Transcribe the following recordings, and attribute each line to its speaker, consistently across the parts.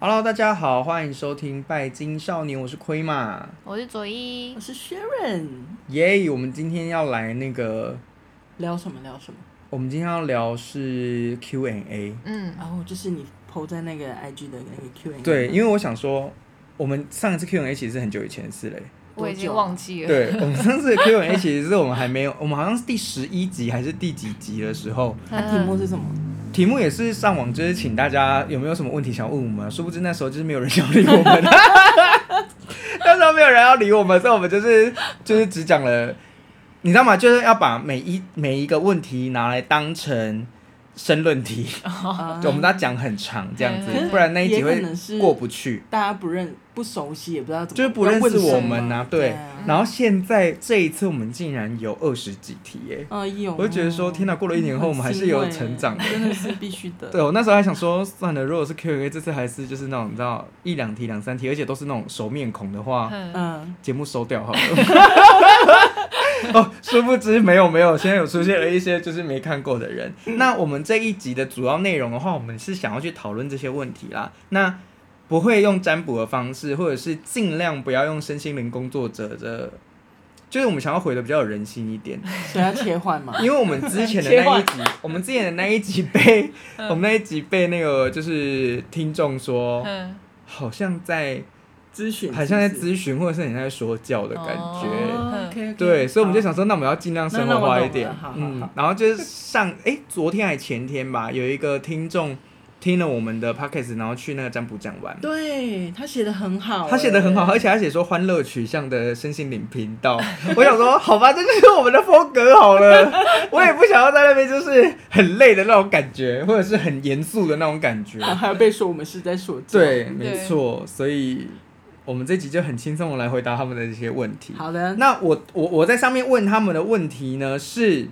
Speaker 1: Hello，大家好，欢迎收听《拜金少年》，我是亏嘛，
Speaker 2: 我是左一
Speaker 3: 我，是 Sharon，
Speaker 1: 耶、我们今天要来那个，
Speaker 3: 聊什么聊什么？
Speaker 1: 我们今天要聊是 Q&A。
Speaker 2: 嗯，
Speaker 3: 然、后就是你 PO 在那个 IG 的那个 Q&A，
Speaker 1: 对，，因为我想说，我们上一次 Q&A 其实是很久以前的事嘞。
Speaker 2: 我已
Speaker 3: 多久
Speaker 2: 经
Speaker 3: 啊
Speaker 2: 忘记了，
Speaker 1: 对，我们上次的 Q&A 其实是我们还没有，我们好像是第十一集还是第几集的时候，
Speaker 3: 它题目是什么？
Speaker 1: 题目也是上网，就是请大家有没有什么问题想问我们，啊殊不知那时候就是没有人想理我们， 那时候没有人要理我们，所以我们就是就是只讲了，你知道吗？就是要把每一每一个问题拿来当成申论题，
Speaker 3: 啊
Speaker 1: 就我们要讲很长这样子
Speaker 2: 嗯，
Speaker 1: 不然那一集
Speaker 3: 也
Speaker 1: 会
Speaker 3: 可能是
Speaker 1: 过不去，
Speaker 3: 大家不认不熟悉，也不知道怎么，
Speaker 1: 就是不认识我们呐、
Speaker 3: 啊，
Speaker 1: 对
Speaker 3: 啊。
Speaker 1: 然后现在这一次我们竟然有二十几题耶，
Speaker 3: 哎呦，
Speaker 1: 我就觉得说天哪，过了一年后我们还是有成长
Speaker 3: 很欣慰真的是必须的。
Speaker 1: 对，我那时候还想说，算了，如果是 Q&A，这次还是就是那种你知道一两题、两三题，而且都是那种熟面孔的话，
Speaker 2: 嗯，
Speaker 3: 嗯，
Speaker 1: 节目收掉好了。 哦，殊不知没有没有，现在有出现了一些就是没看过的人。 那我们这一集的主要内容的话，我们是想要去讨论这些问题啦。那不会用占卜的方式，或者是尽量不要用身心灵工作者的，就是我们想要回的比较有人性一点。。
Speaker 3: 所以要切换嘛
Speaker 1: 因为我们之前的那一集，我们之前的那一集被
Speaker 3: 嗯
Speaker 1: 我们那一集被那个就是听众说，
Speaker 2: 嗯，
Speaker 1: 好像在
Speaker 3: 咨询
Speaker 1: 好像在咨询或者是你在说教的感觉。
Speaker 2: 哦
Speaker 3: o
Speaker 1: 对，所以我们就想说，那我们要尽量生活化一点
Speaker 3: 那那我，懂了好好
Speaker 1: 嗯
Speaker 3: 好，
Speaker 1: 然后就是上哎、昨天还前天吧，有一个听众听了我们的 podcast，然后去那个占卜展玩，
Speaker 3: 对他写的很好欸，
Speaker 1: 他写的很好，而且他写说欢乐取向的身心灵频道。我想说，好吧，这就是我们的风格好了。我也不想要在那边就是很累的那种感觉，或者是很严肃的那种感觉。
Speaker 3: 欸 还有被说我们是在说教
Speaker 1: 对，没错。所以我们这集就很轻松的来回答他们的这些问题。
Speaker 3: 好的，
Speaker 1: 那我我我在上面问他们的问题呢是，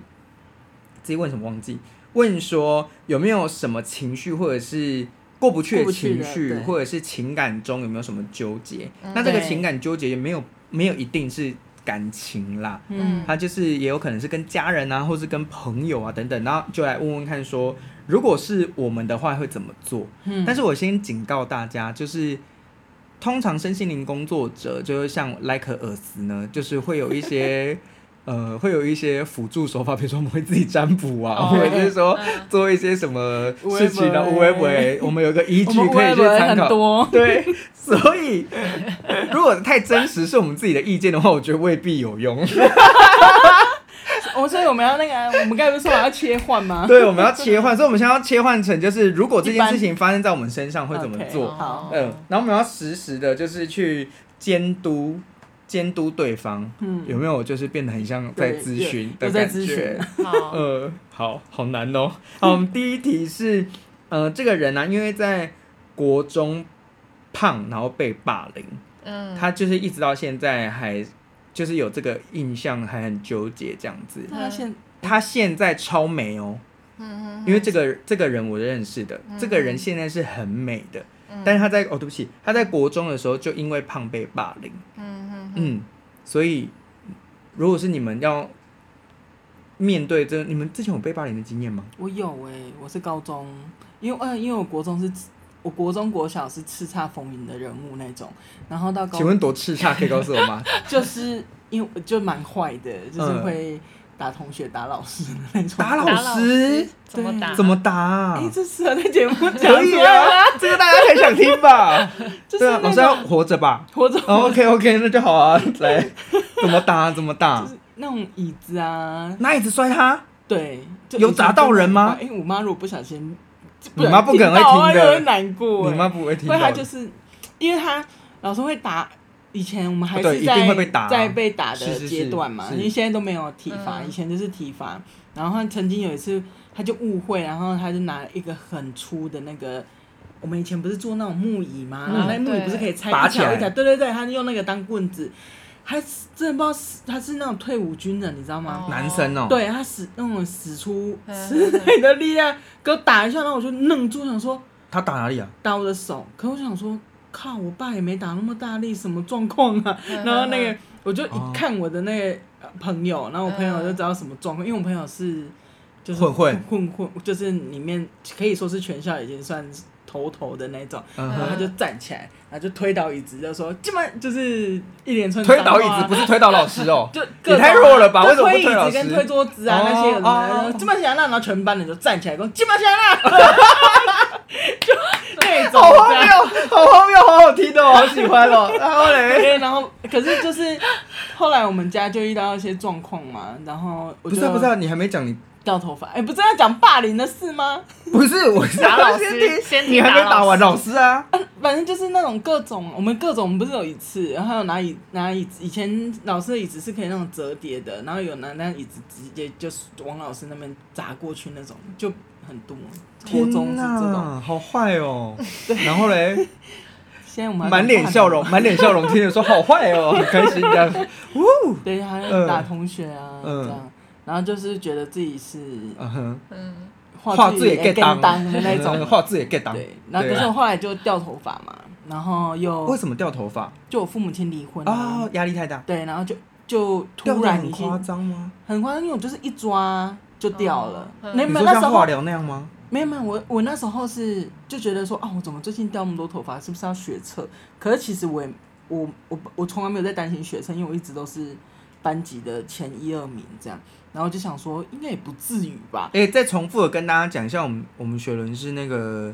Speaker 1: 自己问什么忘记？问说有没有什么情绪或者是过不去
Speaker 3: 过不去
Speaker 1: 情
Speaker 3: 的
Speaker 1: 绪，
Speaker 3: 对
Speaker 1: 或者是情感中有没有什么纠结？
Speaker 2: 嗯
Speaker 1: 那这个
Speaker 3: 对
Speaker 1: 情感纠结也没有没有一定是感情啦，
Speaker 3: 嗯，
Speaker 1: 他就是也有可能是跟家人啊，或是跟朋友啊等等，然后就来问问看说，如果是我们的话会怎么做？
Speaker 3: 嗯
Speaker 1: 但是我先警告大家，就是通常身心灵工作者，就是像 Like Us 呢，就是会有一 些呃，会有一些辅助手法，比如说我们会自己占卜啊，
Speaker 2: 哦
Speaker 1: 或者是说
Speaker 2: 嗯
Speaker 1: 做一些什么事情呢？
Speaker 3: 有的
Speaker 1: 无
Speaker 3: 没
Speaker 1: 为不为，我们有个依
Speaker 3: 哎我
Speaker 1: 据
Speaker 3: 们
Speaker 1: 可以去
Speaker 3: Weber
Speaker 1: 参
Speaker 3: 很
Speaker 1: 考。
Speaker 3: 多，
Speaker 1: 对，所以如果太真实是我们自己的意见的话，我觉得未必有 用。
Speaker 3: 我所以我们要那个啊，我们刚才不是说我要切换吗？
Speaker 1: 对，我们要切换，所以我们现在要切换成就是，如果这
Speaker 3: 一
Speaker 1: 件
Speaker 3: 般
Speaker 1: 事情发生在我们身上会怎么
Speaker 3: OK，
Speaker 1: 做？
Speaker 3: 好
Speaker 1: 嗯，然后我们要实时的，就是去监督监督对方，
Speaker 3: 嗯
Speaker 1: 有没有就是变得很像在
Speaker 3: 对
Speaker 1: 咨
Speaker 3: 有
Speaker 1: 询的
Speaker 3: 有在
Speaker 1: 感
Speaker 3: 咨
Speaker 1: 觉
Speaker 3: 询。
Speaker 2: 嗯好，
Speaker 1: 呃，好好难哦。好，我们第一题是，呃，这个人呢、因为在国中胖，然后被霸凌，
Speaker 2: 嗯，
Speaker 1: 他就是一直到现在还就是有这个印象，还很纠结这样子。
Speaker 3: 那他现
Speaker 1: 他现在超美哦，
Speaker 2: 嗯，嗯
Speaker 1: 因为这个这个人我认识的，这个人
Speaker 2: 嗯
Speaker 1: 现在是很美的，
Speaker 2: 嗯
Speaker 1: 但是他在哦，对不起，他在国中的时候就因为胖被霸凌，
Speaker 2: 嗯嗯嗯，
Speaker 1: 嗯，所以如果是你们要面对这，你们之前有被霸凌的经验吗？
Speaker 3: 我有哎、我是高中，因为呃，因为我国中是，我国中国小是叱咤风云的人物那种，然后到高
Speaker 1: 请问多叱咤可以告诉我 吗？
Speaker 3: 就是因为我就蛮坏的，就是
Speaker 1: 嗯
Speaker 3: 会打同学、打老师的那种。
Speaker 1: 打老
Speaker 2: 打
Speaker 1: 师
Speaker 2: 怎么
Speaker 3: 对
Speaker 2: 打？
Speaker 1: 怎么打啊、
Speaker 3: 哎、这适合在节目讲
Speaker 1: 可以啊，这个大家很想听吧？
Speaker 3: 就是
Speaker 1: 对啊，
Speaker 3: 那
Speaker 1: 老师要活着吧？
Speaker 3: 活着，
Speaker 1: 哦，OK OK，那就好啊，来，怎么打、怎么打
Speaker 3: 就？是那种椅子啊，
Speaker 1: 拿椅子摔他？
Speaker 3: 对，就
Speaker 1: 有
Speaker 3: 椅子
Speaker 1: 砸到人吗
Speaker 3: 真的很坏哎、我妈如果不小心，
Speaker 1: 你妈不可能会
Speaker 3: 到啊
Speaker 1: 听的
Speaker 3: 就会难过、哎
Speaker 1: 你妈不会听
Speaker 3: 会，
Speaker 1: 到
Speaker 3: 他
Speaker 1: 的？
Speaker 3: 就是因为他老师会打，以前我们还
Speaker 1: 对
Speaker 3: 是
Speaker 1: 一
Speaker 3: 在
Speaker 1: 定会被打啊
Speaker 3: 在被打
Speaker 1: 是是是
Speaker 3: 的阶段嘛，
Speaker 1: 是
Speaker 3: 因为现在都没有体罚，
Speaker 2: 嗯
Speaker 3: 以前就是体罚。然后他曾经有一次，他就误会，然后他就拿了一个很粗的那个。我们以前不是做那种木椅嘛，
Speaker 2: 嗯
Speaker 3: 然后那木椅不是可以拆
Speaker 1: 拔
Speaker 3: 一
Speaker 1: 起来
Speaker 3: 条一条，对对对，他就用那个当棍子，他真的不知道是他是那种退伍军人，你知道吗？
Speaker 2: 哦
Speaker 1: 男生哦、
Speaker 3: 对他使那种使出呃
Speaker 2: 嗯
Speaker 3: 使你的力量给我打一下，然后我就愣住，想说
Speaker 1: 他打哪里啊？
Speaker 3: 打我的手，可我想说，靠，我爸也没打那么大力，什么状况 啊？
Speaker 2: 嗯
Speaker 3: 然后那
Speaker 2: 嗯
Speaker 3: 个我就一看我的那个呃朋友，然后我朋友
Speaker 2: 嗯
Speaker 3: 就知道什么状况，因为我朋友是就是
Speaker 1: 混混
Speaker 3: 混混，就是里面可以说是全校已经算头头的那种，
Speaker 1: 嗯
Speaker 3: 然后
Speaker 1: 哼
Speaker 3: 他就站起来，然后就推倒椅子，就说基本就是一连串
Speaker 1: 推
Speaker 3: 脏
Speaker 1: 倒
Speaker 3: 话，
Speaker 1: 椅子不是推倒老师哦
Speaker 3: 就
Speaker 1: 也
Speaker 3: 各种
Speaker 1: 太弱了吧？
Speaker 3: 就
Speaker 1: 为什么不
Speaker 3: 推椅
Speaker 1: 推老
Speaker 3: 子跟推
Speaker 1: 师？
Speaker 3: 桌子啊
Speaker 1: 哦
Speaker 3: 那些有的没
Speaker 1: 哦
Speaker 3: 的，
Speaker 1: 哦
Speaker 3: 基本想让，然后全班人就站起来说基本想让，就那种
Speaker 1: 好荒
Speaker 3: 这
Speaker 1: 谬
Speaker 3: 样。，
Speaker 1: 好荒谬，好好听 哦，好喜欢哦。然后嘞，
Speaker 3: 对，然后可是就是后来我们家就遇到一些状况嘛，然后我
Speaker 1: 不
Speaker 3: 就是
Speaker 1: 啊不是啊，你还没讲你
Speaker 3: 掉头发，哎、不是要讲霸凌的事吗？
Speaker 1: 不是我是
Speaker 2: 打老师
Speaker 1: 先听
Speaker 2: 先听
Speaker 1: 你还没
Speaker 2: 打
Speaker 1: 打完
Speaker 2: 老
Speaker 1: 老师啊？
Speaker 3: 反正就是那种各种，我们各种不是有一次，然后还有拿椅拿椅子，以前老师的椅子是可以那种折叠的，然后有拿那椅子直接就是往老师那边砸过去那种，就很多，国中是这种。
Speaker 1: 好坏哦。然后 嘞，
Speaker 3: 现在我们还
Speaker 1: 满脸笑容，满脸笑容，听着说好坏哦，很开心这样。 呜，
Speaker 3: 对，还
Speaker 1: 嗯
Speaker 3: 打同学啊、
Speaker 1: 嗯
Speaker 3: 这样，然后就是觉得自己是
Speaker 1: 嗯哼，
Speaker 2: 嗯
Speaker 1: 画质也 get
Speaker 3: 当
Speaker 1: 当
Speaker 3: 的那 种，
Speaker 1: 画质也 get 当。啊
Speaker 3: 对，然后可是我后来就掉头发嘛，然后
Speaker 1: 为
Speaker 3: 又
Speaker 1: 什么掉头发
Speaker 3: 就我父母亲离婚
Speaker 1: 啊
Speaker 3: 啊？，
Speaker 1: 压力太大，
Speaker 3: 对，然后就就
Speaker 1: 掉
Speaker 3: 突
Speaker 1: 得
Speaker 3: 然
Speaker 1: 很
Speaker 3: 一些
Speaker 1: 夸张吗？
Speaker 3: 很夸张，因为我就是一抓就掉了。
Speaker 2: 哦
Speaker 3: 没有
Speaker 1: 你说
Speaker 3: 没有那时
Speaker 1: 像化
Speaker 3: 候
Speaker 1: 疗那样吗？
Speaker 3: 没有没有，我我那时候是就觉得说啊，我怎么最近掉那么多头发，是不是要学车？可是其实我也我我我从来没有在担心学车，因为我一直都是班级的前一二名这样。然后就想说，应该也不至于 吧？
Speaker 1: 哎，再重复的跟大家讲一下，我们我们学伦是那个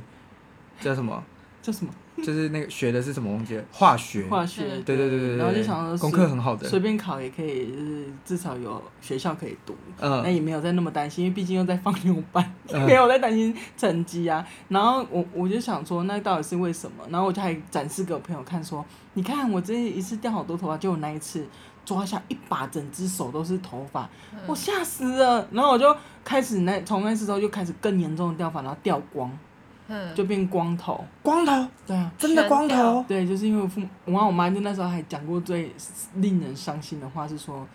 Speaker 1: 叫什么？
Speaker 3: 叫什么
Speaker 1: 就是那个学的是什么忘记了？化学。
Speaker 3: 化学？
Speaker 1: 对对对对对。
Speaker 3: 然后就想说
Speaker 1: 功
Speaker 3: 随
Speaker 1: 课很好的。
Speaker 3: 随便考也可以，就是至少有学校可以读。那
Speaker 1: 嗯
Speaker 3: 也没有在那么担心，因为毕竟又在放牛班，
Speaker 1: 嗯
Speaker 3: 没有在担心成绩啊。然后我我就想说，那到底是为什么？然后我就还展示给我朋友看说，你看我这一次掉好多头发，就我那一次抓下一把，整只手都是头发，
Speaker 2: 嗯
Speaker 3: 我吓死了。然后我就开始那从那次之后就开始更严重的掉发，然后掉光，
Speaker 2: 嗯，
Speaker 3: 就变光头。
Speaker 1: 光头，
Speaker 3: 对啊，
Speaker 1: 真的光
Speaker 2: 全
Speaker 1: 头
Speaker 2: 掉。
Speaker 3: 对，就是因为我父母，我妈我妈就那时候还讲过最令人伤心的话是说，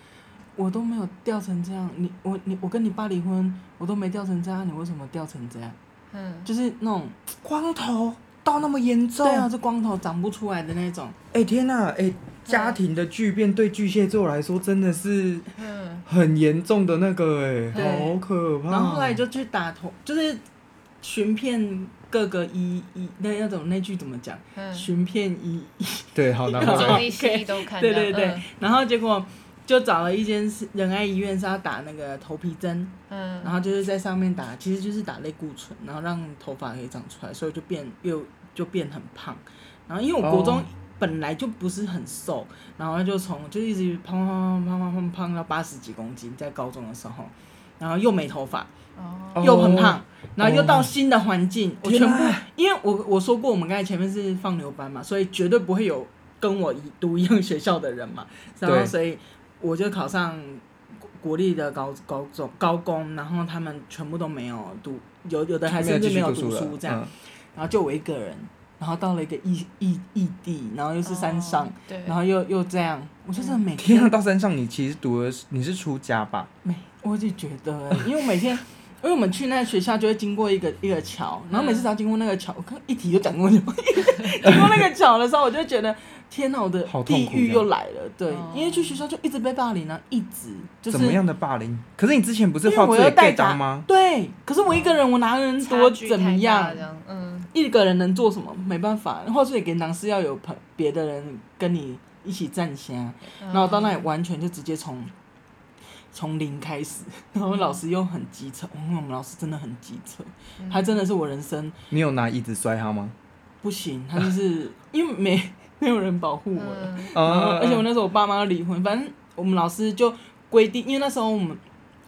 Speaker 3: 我都没有掉成这样，你我你我跟你爸离婚，我都没掉成这样，啊你为什么掉成这样？
Speaker 2: 嗯
Speaker 3: 就是那种
Speaker 1: 光头到那么严重？
Speaker 3: 对啊，是光头长不出来的那种，
Speaker 1: 哎、天呐、哎、家庭的巨变对巨蟹座来说真的是
Speaker 2: 嗯
Speaker 1: 很严重的那个、
Speaker 3: 对
Speaker 1: 哎，好可怕。
Speaker 3: 然后后来就去打头，就是寻遍各个医医那那种那句怎么讲？
Speaker 2: 嗯，
Speaker 3: 寻遍医
Speaker 1: 对，好难
Speaker 3: 然
Speaker 2: 嗯
Speaker 3: 后
Speaker 1: 过。
Speaker 2: 中医西 医都看到，
Speaker 3: 对对对
Speaker 2: 嗯，
Speaker 3: 然后结果就找了一间是仁爱医院是要打那个头皮针。
Speaker 2: 嗯，
Speaker 3: 然后就是在上面打，其实就是打类固醇，然后让头发可以长出来，所以就变又就变很胖。然后因为我国中
Speaker 1: 哦
Speaker 3: 本来就不是很瘦，然后就从就一直胖胖胖胖胖胖胖到八十几公斤，在高中的时候，然后又没头发，
Speaker 2: 哦，
Speaker 1: 哦
Speaker 3: 又很胖，然后又
Speaker 1: 哦
Speaker 3: 到新的环境，我
Speaker 1: 天
Speaker 3: 全部
Speaker 1: 啊，
Speaker 3: 因为我我说过我们刚才前面是放牛班嘛，所以绝对不会有跟我一读一样学校的人嘛，然后
Speaker 1: 对
Speaker 3: 所以我就考上国国立的高高中高工，然后他们全部都没有读，有有的还
Speaker 1: 没有
Speaker 3: 甚至
Speaker 1: 继续
Speaker 3: 没有
Speaker 1: 读
Speaker 3: 读
Speaker 1: 了嗯
Speaker 3: 书这样，然后就我一个人，然后到了一个异异异地，然后又是山上，
Speaker 2: 哦，对，
Speaker 3: 然后又又这样，我就是每
Speaker 1: 嗯、天
Speaker 3: 天
Speaker 1: 啊，到山上你其实读的是你是出家吧？
Speaker 3: 每我就觉得，欸因为我 每天。因为我们去那学校就会经过一个一个桥，然后每次只要经过那个桥，我看一题就讲过去，经过那个桥的时候，我就觉得天哪，我的
Speaker 1: 好痛
Speaker 3: 地
Speaker 1: 苦
Speaker 3: 狱
Speaker 1: 这样
Speaker 3: 又来了。对
Speaker 2: 哦，
Speaker 3: 因为去学校就一直被霸凌啊，一直就是
Speaker 1: 怎么样的霸凌？可是你之前不是
Speaker 3: 因为
Speaker 1: 画
Speaker 3: 我
Speaker 1: 自己
Speaker 3: 又
Speaker 1: 的 gay
Speaker 3: 带
Speaker 1: 当
Speaker 3: 打
Speaker 1: 吗？
Speaker 3: 对，可是我一个人，我哪能
Speaker 2: 差
Speaker 3: 多
Speaker 2: 距
Speaker 3: 怎么
Speaker 2: 太大
Speaker 3: 样
Speaker 2: 了这？样，嗯
Speaker 3: 一个人能做什么？没办法，或者给当是要有朋别的人跟你一起站先啊。
Speaker 2: 嗯，
Speaker 3: 然后到那里完全就直接从从零开始，然后老师又很机车，哇我们老师真的很机车，
Speaker 2: 嗯
Speaker 3: 他真的是我人生
Speaker 1: 你有拿椅子摔他吗？
Speaker 3: 不行，他就是 因为没没有人保护我，
Speaker 2: 嗯
Speaker 3: 然后
Speaker 1: 啊，
Speaker 3: 呃而且我那时候我爸妈要离婚，反正我们老师就规定，因为那时候我们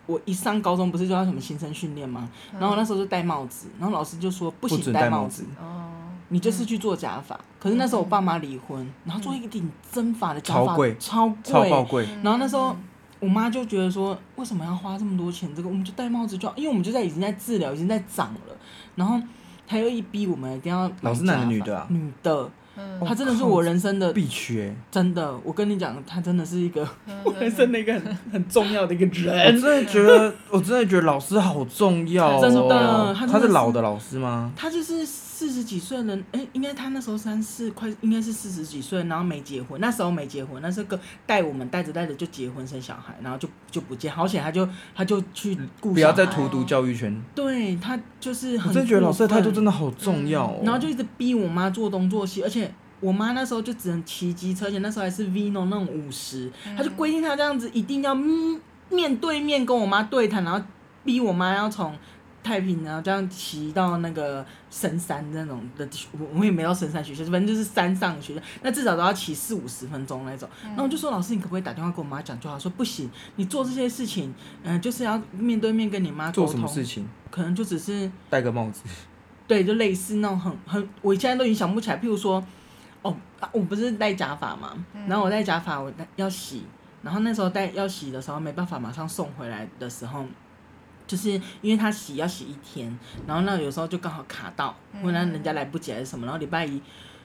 Speaker 3: 我一上高中不是就要什么新生训练吗？
Speaker 2: 嗯
Speaker 3: 然后我那时候就戴帽子，然后老师就说
Speaker 1: 不
Speaker 3: 不行
Speaker 1: 准
Speaker 3: 戴
Speaker 1: 戴
Speaker 3: 帽
Speaker 1: 帽
Speaker 3: 子
Speaker 1: 子。，
Speaker 2: 哦，
Speaker 3: 你就是去做假发，可是那
Speaker 2: 嗯
Speaker 3: 时候我爸妈离婚，然后做一顶真发的假
Speaker 1: 超
Speaker 3: 发，
Speaker 1: 贵
Speaker 3: 超
Speaker 1: 超
Speaker 3: 贵，
Speaker 1: 爆贵。
Speaker 2: 嗯
Speaker 3: 然后那时候我妈就觉得说，为什么要花这么多钱？这个我们就戴帽子就啊好，因为我们就在已经在治疗，已经在长了。然后她又一逼我们一定要买
Speaker 1: 老师男的
Speaker 3: 假发
Speaker 1: 女的啊
Speaker 3: 女的。
Speaker 2: 嗯
Speaker 1: 哦
Speaker 3: 他真的是我人生的，
Speaker 1: 必缺。
Speaker 3: 真的，我跟你讲，他真的是一个
Speaker 2: 嗯
Speaker 3: 我 人生的一个很很重要的一个
Speaker 1: 我
Speaker 3: 人
Speaker 1: 真。的觉得， 我真的觉得老师好重要哦。
Speaker 2: 真的
Speaker 1: 他
Speaker 3: 他真的是
Speaker 1: 是老的老师吗？
Speaker 3: 他就是四十几岁的人，哎、应该他那时候三四快，应该是四十几岁，然后没结婚，那时候没结婚，那是个带我们带着带着就结婚生小孩，然后就就不见，好险他就他就去顾
Speaker 1: 嗯不要
Speaker 3: 小
Speaker 1: 再
Speaker 3: 孩
Speaker 1: 荼毒教育圈。
Speaker 3: 对他就是很，
Speaker 1: 我真的觉得老师的态度真
Speaker 3: 的，
Speaker 1: 的好重要哦。
Speaker 3: 然后就一直逼我妈做东做西，而且。我妈那时候就只能骑机车，而且那时候还是 Vino 那种五十、
Speaker 2: 嗯
Speaker 3: 她就规定她这样子一定要嗯面对面跟我妈对谈，然后逼我妈要从太平然后这样骑到那个深山那种的地，我我们也没到深山学校，反正就是山上的学校，那至少都要骑四五十分钟那
Speaker 2: 嗯
Speaker 3: 种。然后我就说老师，你可不可以打电话跟我妈讲就好？她说不行，你做这些事情，嗯、就是要面对面跟你妈沟
Speaker 1: 做什么
Speaker 3: 通，
Speaker 1: 事情，
Speaker 3: 可能就只是
Speaker 1: 戴个帽子。
Speaker 3: 对，就类似那种很很，我现在都已经想不起来。譬如说，哦，啊我不是戴假发嘛，
Speaker 2: 嗯
Speaker 3: 然后我戴假发，我戴要洗，然后那时候戴要洗的时候没办法马上送回来的时候，就是因为他洗要洗一天，然后那有时候就刚好卡到，或者人家来不及还是什么，然后礼拜一。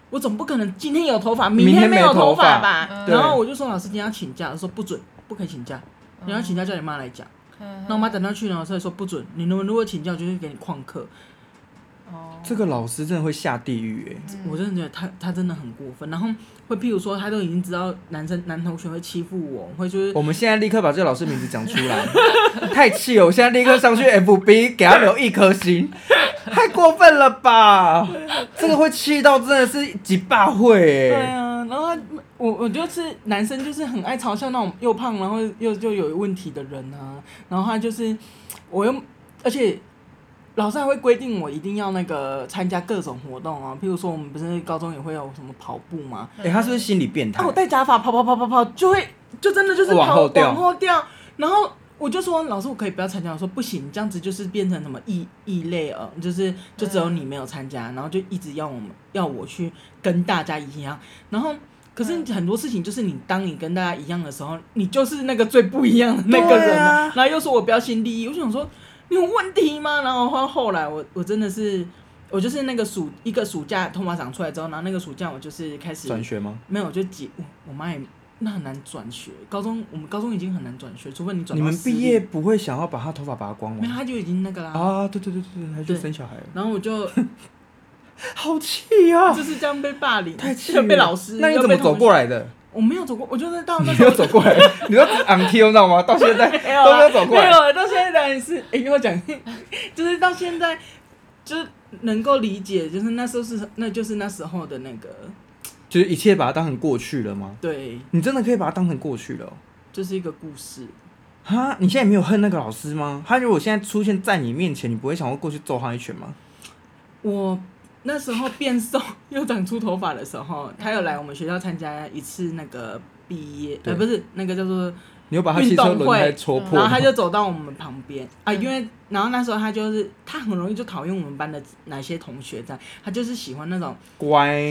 Speaker 3: 我总不可能今天有头发，明
Speaker 1: 明天
Speaker 3: 没
Speaker 1: 没
Speaker 3: 有
Speaker 1: 头发
Speaker 3: 发吧？
Speaker 2: 嗯
Speaker 3: 然后我就说老师今天要请假，他说不准，不可以请假，
Speaker 2: 嗯
Speaker 3: 你要请假叫你妈来讲。那我妈等到去了，所以说不准，你如如果请假，我就会给你旷课。
Speaker 2: 哦，嗯
Speaker 1: 这个老师真的会下地狱哎。
Speaker 3: 我真的觉得他他真的很过分，然后会譬如说他都已经知道男生男同学会欺负我，会就是
Speaker 1: 我们现在立刻把这个老师名字讲出来， 太气了！我现在立刻上去 FB 给他留一颗 星，太过分了吧？这个会气到真的是几霸会
Speaker 3: 对
Speaker 1: 哎。
Speaker 3: 啊，然后他我我就是男生就是很爱嘲笑那种又胖然后又又有问题的人啊，然后他就是我又而且老师还会规定我一定要那个参加各种活动啊，譬如说我们不是高中也会有什么跑步嘛，
Speaker 1: 哎、他是不是心理变态
Speaker 3: 啊，我？戴假发跑跑跑跑跑，就会就真的就是跑
Speaker 1: 往后掉
Speaker 3: 往后掉然后我就说老师，我可以不要参加。我说不行，这样子就是变成什么异异类哦，就是就只有你没有参
Speaker 1: 嗯
Speaker 3: 加，然后就一直要我们要我去跟大家一样。然后可是很多事情就是你当你跟大家一样的时候，你就是那个最不一样的那个人、
Speaker 1: 对啊
Speaker 3: 然后又说我标新立异，我就想说你有问题吗？然后后来我我真的是。我就是那个暑一个暑假，头发长出来之后，然后那个暑假我就是开始
Speaker 1: 转学吗？
Speaker 3: 没有，就几我我妈也那很难转学，高中我们高中已经很难转学，除非你转
Speaker 1: 你
Speaker 3: 到
Speaker 1: 们
Speaker 3: 私立
Speaker 1: 毕业，不会想要把他头发拔光
Speaker 3: 没有
Speaker 1: 吗？
Speaker 3: 他就已经那个啦。
Speaker 1: 啊，对对对对对，他去
Speaker 3: 对
Speaker 1: 生小孩了，
Speaker 3: 然后我就
Speaker 1: 好气啊！
Speaker 3: 就是这样被霸 凌，
Speaker 1: 太气
Speaker 3: 又
Speaker 1: 了！
Speaker 3: 被老师，
Speaker 1: 那你
Speaker 3: 又
Speaker 1: 怎
Speaker 3: 被
Speaker 1: 么
Speaker 3: 同
Speaker 1: 走
Speaker 3: 学？
Speaker 1: 过来的？
Speaker 3: 我没有走过，我就是到那
Speaker 1: 你
Speaker 3: 时
Speaker 1: 没有
Speaker 3: 候
Speaker 1: 走过来，你都是 on Q 知道吗？到现在
Speaker 3: 没有啊
Speaker 1: 都没
Speaker 3: 啦
Speaker 1: 有走过来
Speaker 3: 没有，到现在当然是 哎，因为我讲，就是到现在就是能够理解，就是那时候是那就是那时候的那个
Speaker 1: 就是一切把它当成过去了吗？
Speaker 3: 对，
Speaker 1: 你真的可以把它当成过去了哦、
Speaker 3: 就是一个故事。
Speaker 1: 哈，你现在没有恨那个老师吗？他如果现在出现在你面前，你不会想要过去揍他一拳吗？
Speaker 3: 我那时候变瘦又长出头发的时候，他有来我们学校参加一次那个毕业，
Speaker 1: 对
Speaker 3: 呃，不是那个叫做，
Speaker 1: 你又把他汽车轮胎戳破
Speaker 3: 然
Speaker 1: 吗，
Speaker 3: 后他就走到我们旁边啊，
Speaker 2: 嗯
Speaker 3: 因为然后那时候他就是他很容易就讨厌我们班的哪些同学这样，他就是喜欢那种
Speaker 1: 乖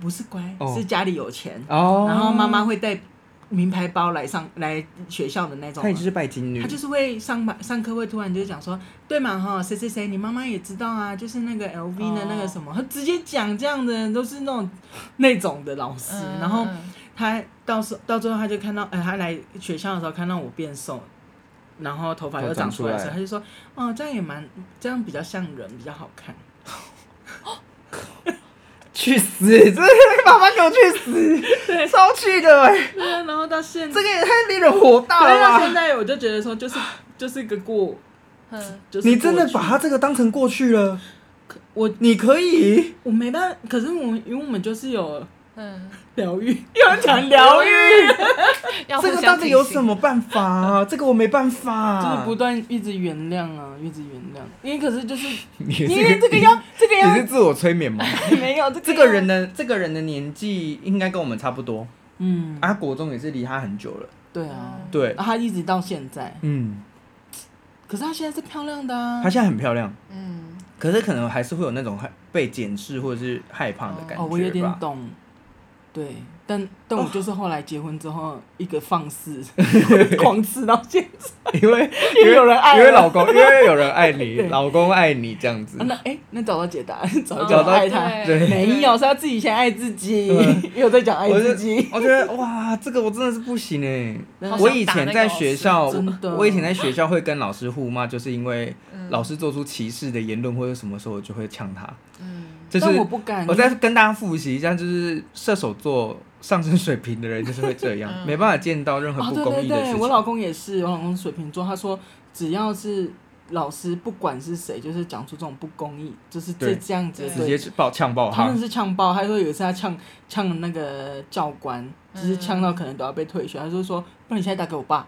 Speaker 3: 不是乖，
Speaker 1: 哦
Speaker 3: 是家里有钱，
Speaker 1: 哦。
Speaker 3: 然后妈妈，会带名牌包来上来学校的那种
Speaker 1: 她也。就是拜金女，
Speaker 3: 他就是会上班上课会突然就讲说，对嘛哈，谁谁谁，你妈妈也知道啊，就是那个 LV 的那个什么，他直接讲这样的人都是那种那种的
Speaker 2: 嗯
Speaker 3: 老师，然后他到时到最后他就看到，哎、他来学校的时候看到我变瘦，然后头发又长出来的时候，
Speaker 1: 哦
Speaker 3: 他就说，哦，这样也蛮，这样比较像人，比较好看。
Speaker 1: 去死！ 这个妈妈给我去死，超气的哎、
Speaker 3: 对啊，然后到现
Speaker 1: 这个也太令人火大啊
Speaker 3: 对啊到
Speaker 1: 了吧！
Speaker 3: 现在我就觉得说，就是就是个过，
Speaker 2: 嗯
Speaker 3: 就是
Speaker 1: 你真的
Speaker 3: 过去
Speaker 1: 把他这个当成过去了，
Speaker 3: 我
Speaker 1: 你可以。
Speaker 3: 我没办法，可是我因为我们就是有
Speaker 2: 嗯，
Speaker 3: 疗 愈，又要讲疗愈。
Speaker 2: 要
Speaker 1: 这个到底有什？么办法、啊？这个我没办法、
Speaker 3: 就
Speaker 1: 啊。
Speaker 3: 是不断一直原谅啊，一直原谅。因为可是就是
Speaker 1: 你
Speaker 3: 因
Speaker 1: 是
Speaker 3: 为这个要这个
Speaker 1: 你是
Speaker 3: 要
Speaker 1: 自我催眠吗？
Speaker 3: 没有这个
Speaker 1: 这
Speaker 3: 要
Speaker 1: 个人，的这个人的年纪应该跟我们差不多，
Speaker 3: 嗯，
Speaker 1: 阿国中也是离他很久了。
Speaker 3: 对啊，
Speaker 1: 对，
Speaker 3: 然后他一直到现在，
Speaker 1: 嗯，
Speaker 3: 可是他现在是漂亮的啊
Speaker 1: 她。现在很漂亮，
Speaker 2: 嗯，
Speaker 3: 哦
Speaker 1: 可是可能还是会有那种害被检视或者是害怕的感觉吧。
Speaker 3: 哦，我有点懂，对，但但我就是后来结婚之后，一个 放肆，狂吃到现在。
Speaker 1: 因为
Speaker 3: 因为有人爱
Speaker 1: 因
Speaker 3: 了
Speaker 1: 为老公，因为有人爱你，
Speaker 3: 对
Speaker 1: 老公爱你这样子
Speaker 3: 啊。那哎、那找到解 答，找一
Speaker 1: 找
Speaker 3: 找
Speaker 2: 哦
Speaker 1: 到嗯
Speaker 3: 爱他，
Speaker 1: 对
Speaker 3: 没有是他自己先爱自己，
Speaker 1: 对
Speaker 3: 又在讲爱
Speaker 1: 我
Speaker 3: 自
Speaker 1: 是
Speaker 3: 己。
Speaker 1: 我觉得哇，这个我真的是不行哎、
Speaker 3: 好
Speaker 1: 我
Speaker 2: 想
Speaker 1: 以
Speaker 2: 打
Speaker 1: 前
Speaker 2: 那个
Speaker 1: 在
Speaker 2: 老
Speaker 1: 学
Speaker 2: 师
Speaker 1: 校，
Speaker 3: 真的
Speaker 1: 我以前在学校会跟老师互骂，就是因为
Speaker 2: 嗯
Speaker 1: 老师做出歧视的言论或者什么时候，我就会呛他。
Speaker 2: 嗯，
Speaker 1: 就是
Speaker 3: 但我不敢，
Speaker 1: 我再跟大家复习一下，就是射手座上升水平的人就是会这样，
Speaker 2: 嗯
Speaker 1: 没办法见到任何
Speaker 3: 啊，
Speaker 1: 不
Speaker 3: 对
Speaker 1: 公
Speaker 3: 对
Speaker 1: 义的
Speaker 3: 对，
Speaker 1: 事
Speaker 3: 我
Speaker 1: 情。
Speaker 3: 老公也是，我老公水瓶座，他说只要是老师，不管是谁，就是讲出这种不公义，就是这
Speaker 1: 对
Speaker 3: 这样子的
Speaker 1: 直
Speaker 3: 对
Speaker 1: 接去爆呛爆
Speaker 3: 他
Speaker 1: 他
Speaker 3: 们， 是呛爆，他说有一次他呛呛那个教官，就是呛到可能都要被退学。他就说：“不然你现在打给我爸。”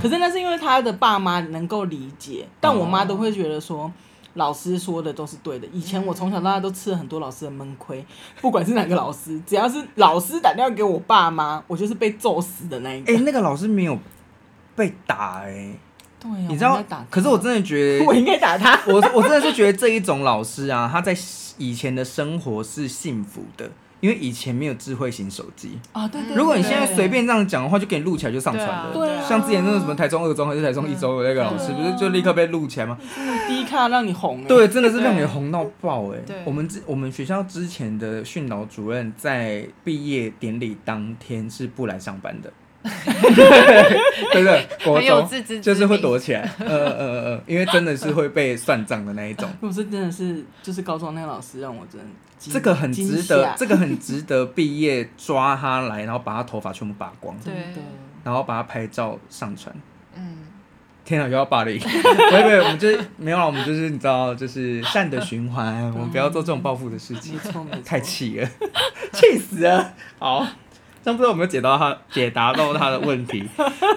Speaker 3: 可是那是因为他的爸妈能够理解，但我妈都会觉得说。老师说的都是对的。以前我从小到大都吃了很多老师的闷亏，不管是哪个老师，只要是老师打电话给我爸妈，我就是被揍死的那一个。
Speaker 1: 哎、那个老师没有被打哎、
Speaker 3: 对啊，
Speaker 1: 你知道
Speaker 3: 我应该打他？
Speaker 1: 可是我真的觉得
Speaker 3: 我应该打他。
Speaker 1: 我我真的是觉得这一种老师啊，他在以前的生活是幸福的，因为以前没有智慧型手机。
Speaker 3: 啊，对对对
Speaker 1: 如果你现在随便这样讲的话，就给你录起来就上传了。
Speaker 2: 对啊对啊
Speaker 1: 像之前那个什么台中二中还是台中一中的那个老师，
Speaker 3: 嗯
Speaker 1: 不是就立刻被录起来吗？
Speaker 3: 低卡让你红、欸，
Speaker 1: 对，真的是让你红到爆哎、
Speaker 2: 对
Speaker 1: 我们之我们学校之前的训导主任在毕业典礼当天是不来上 班的，对不对？国
Speaker 2: 很有
Speaker 1: 中
Speaker 2: 自知之明
Speaker 1: 就是会躲起来，呃呃呃呃，因为真的是会被算账的那一种。
Speaker 3: 我是真的是，就是高中那个老师让我真的惊
Speaker 1: 这个很值
Speaker 3: 惊
Speaker 1: 得
Speaker 3: 吓，
Speaker 1: 这个很值得毕业抓他来，然后把他头发全部拔光，
Speaker 2: 对
Speaker 3: 真的
Speaker 1: 然后把他拍照上传。
Speaker 2: 嗯，
Speaker 1: 天啊，又要霸凌！ 不会不会，我们就是没有啦，我们就是你知道，就是善的循环，我们不要做这种报复的事情
Speaker 3: 没，错没错，
Speaker 1: 太气了， 气死了。好，这样不知道有没有解到他解答到他的问 题？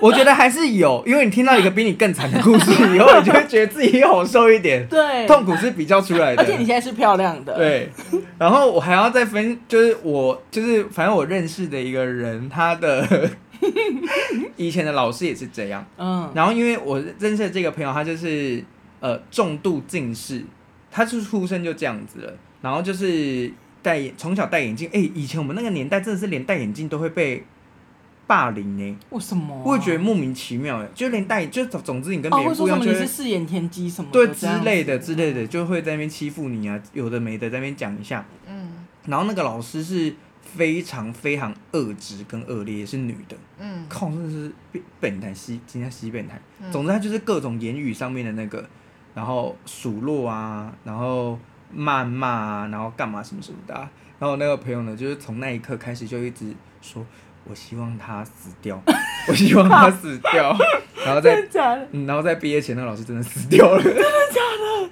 Speaker 1: 我觉得还是有，因为你听到一个比你更惨的故事以后，你就会觉得自己好受一点，
Speaker 3: 对，
Speaker 1: 痛苦是比较出来的。
Speaker 3: 而且你现在是漂亮的，，
Speaker 1: 对，然后我还要再分，就是我就是反正我认识的一个人，他的 以前的老师也是这样。
Speaker 3: 嗯，
Speaker 1: 然后因为我认识的这个朋友，他就是呃重度近视，他是出生就这样子了，然后就是戴眼从小戴眼镜。哎、以前我们那个年代真的是连戴眼镜都会被霸凌呢、
Speaker 3: 为什么啊？
Speaker 1: 我也觉得莫名其妙哎、就连戴就总总之你跟
Speaker 3: 哦，
Speaker 1: 别
Speaker 3: 会
Speaker 1: 人
Speaker 3: 说
Speaker 1: 不一
Speaker 3: 什
Speaker 1: 样，
Speaker 3: 么
Speaker 1: 就
Speaker 3: 你
Speaker 1: 会
Speaker 3: 是饰演天机什么
Speaker 1: 对
Speaker 3: 的
Speaker 1: 之
Speaker 3: 这样子
Speaker 1: 类的之类的，就会在那边欺负你啊，有的没的在那边讲一下。
Speaker 2: 嗯
Speaker 1: 然后那个老师是非常非常恶质跟恶劣，也是女的，
Speaker 2: 嗯
Speaker 1: 靠，真的是变变态西，今天西变态。
Speaker 2: 嗯
Speaker 1: 总之，她就是各种言语上面的那个，然后数落啊，然后谩骂啊，然后干嘛什么什么的啊、然后我那个朋友呢，就是从那一刻开始就一直说，我希望他死掉，我希望他死掉，然后再
Speaker 3: 真的假的？
Speaker 1: 嗯，然后在毕业前，那个老师真的死掉了。真的假的？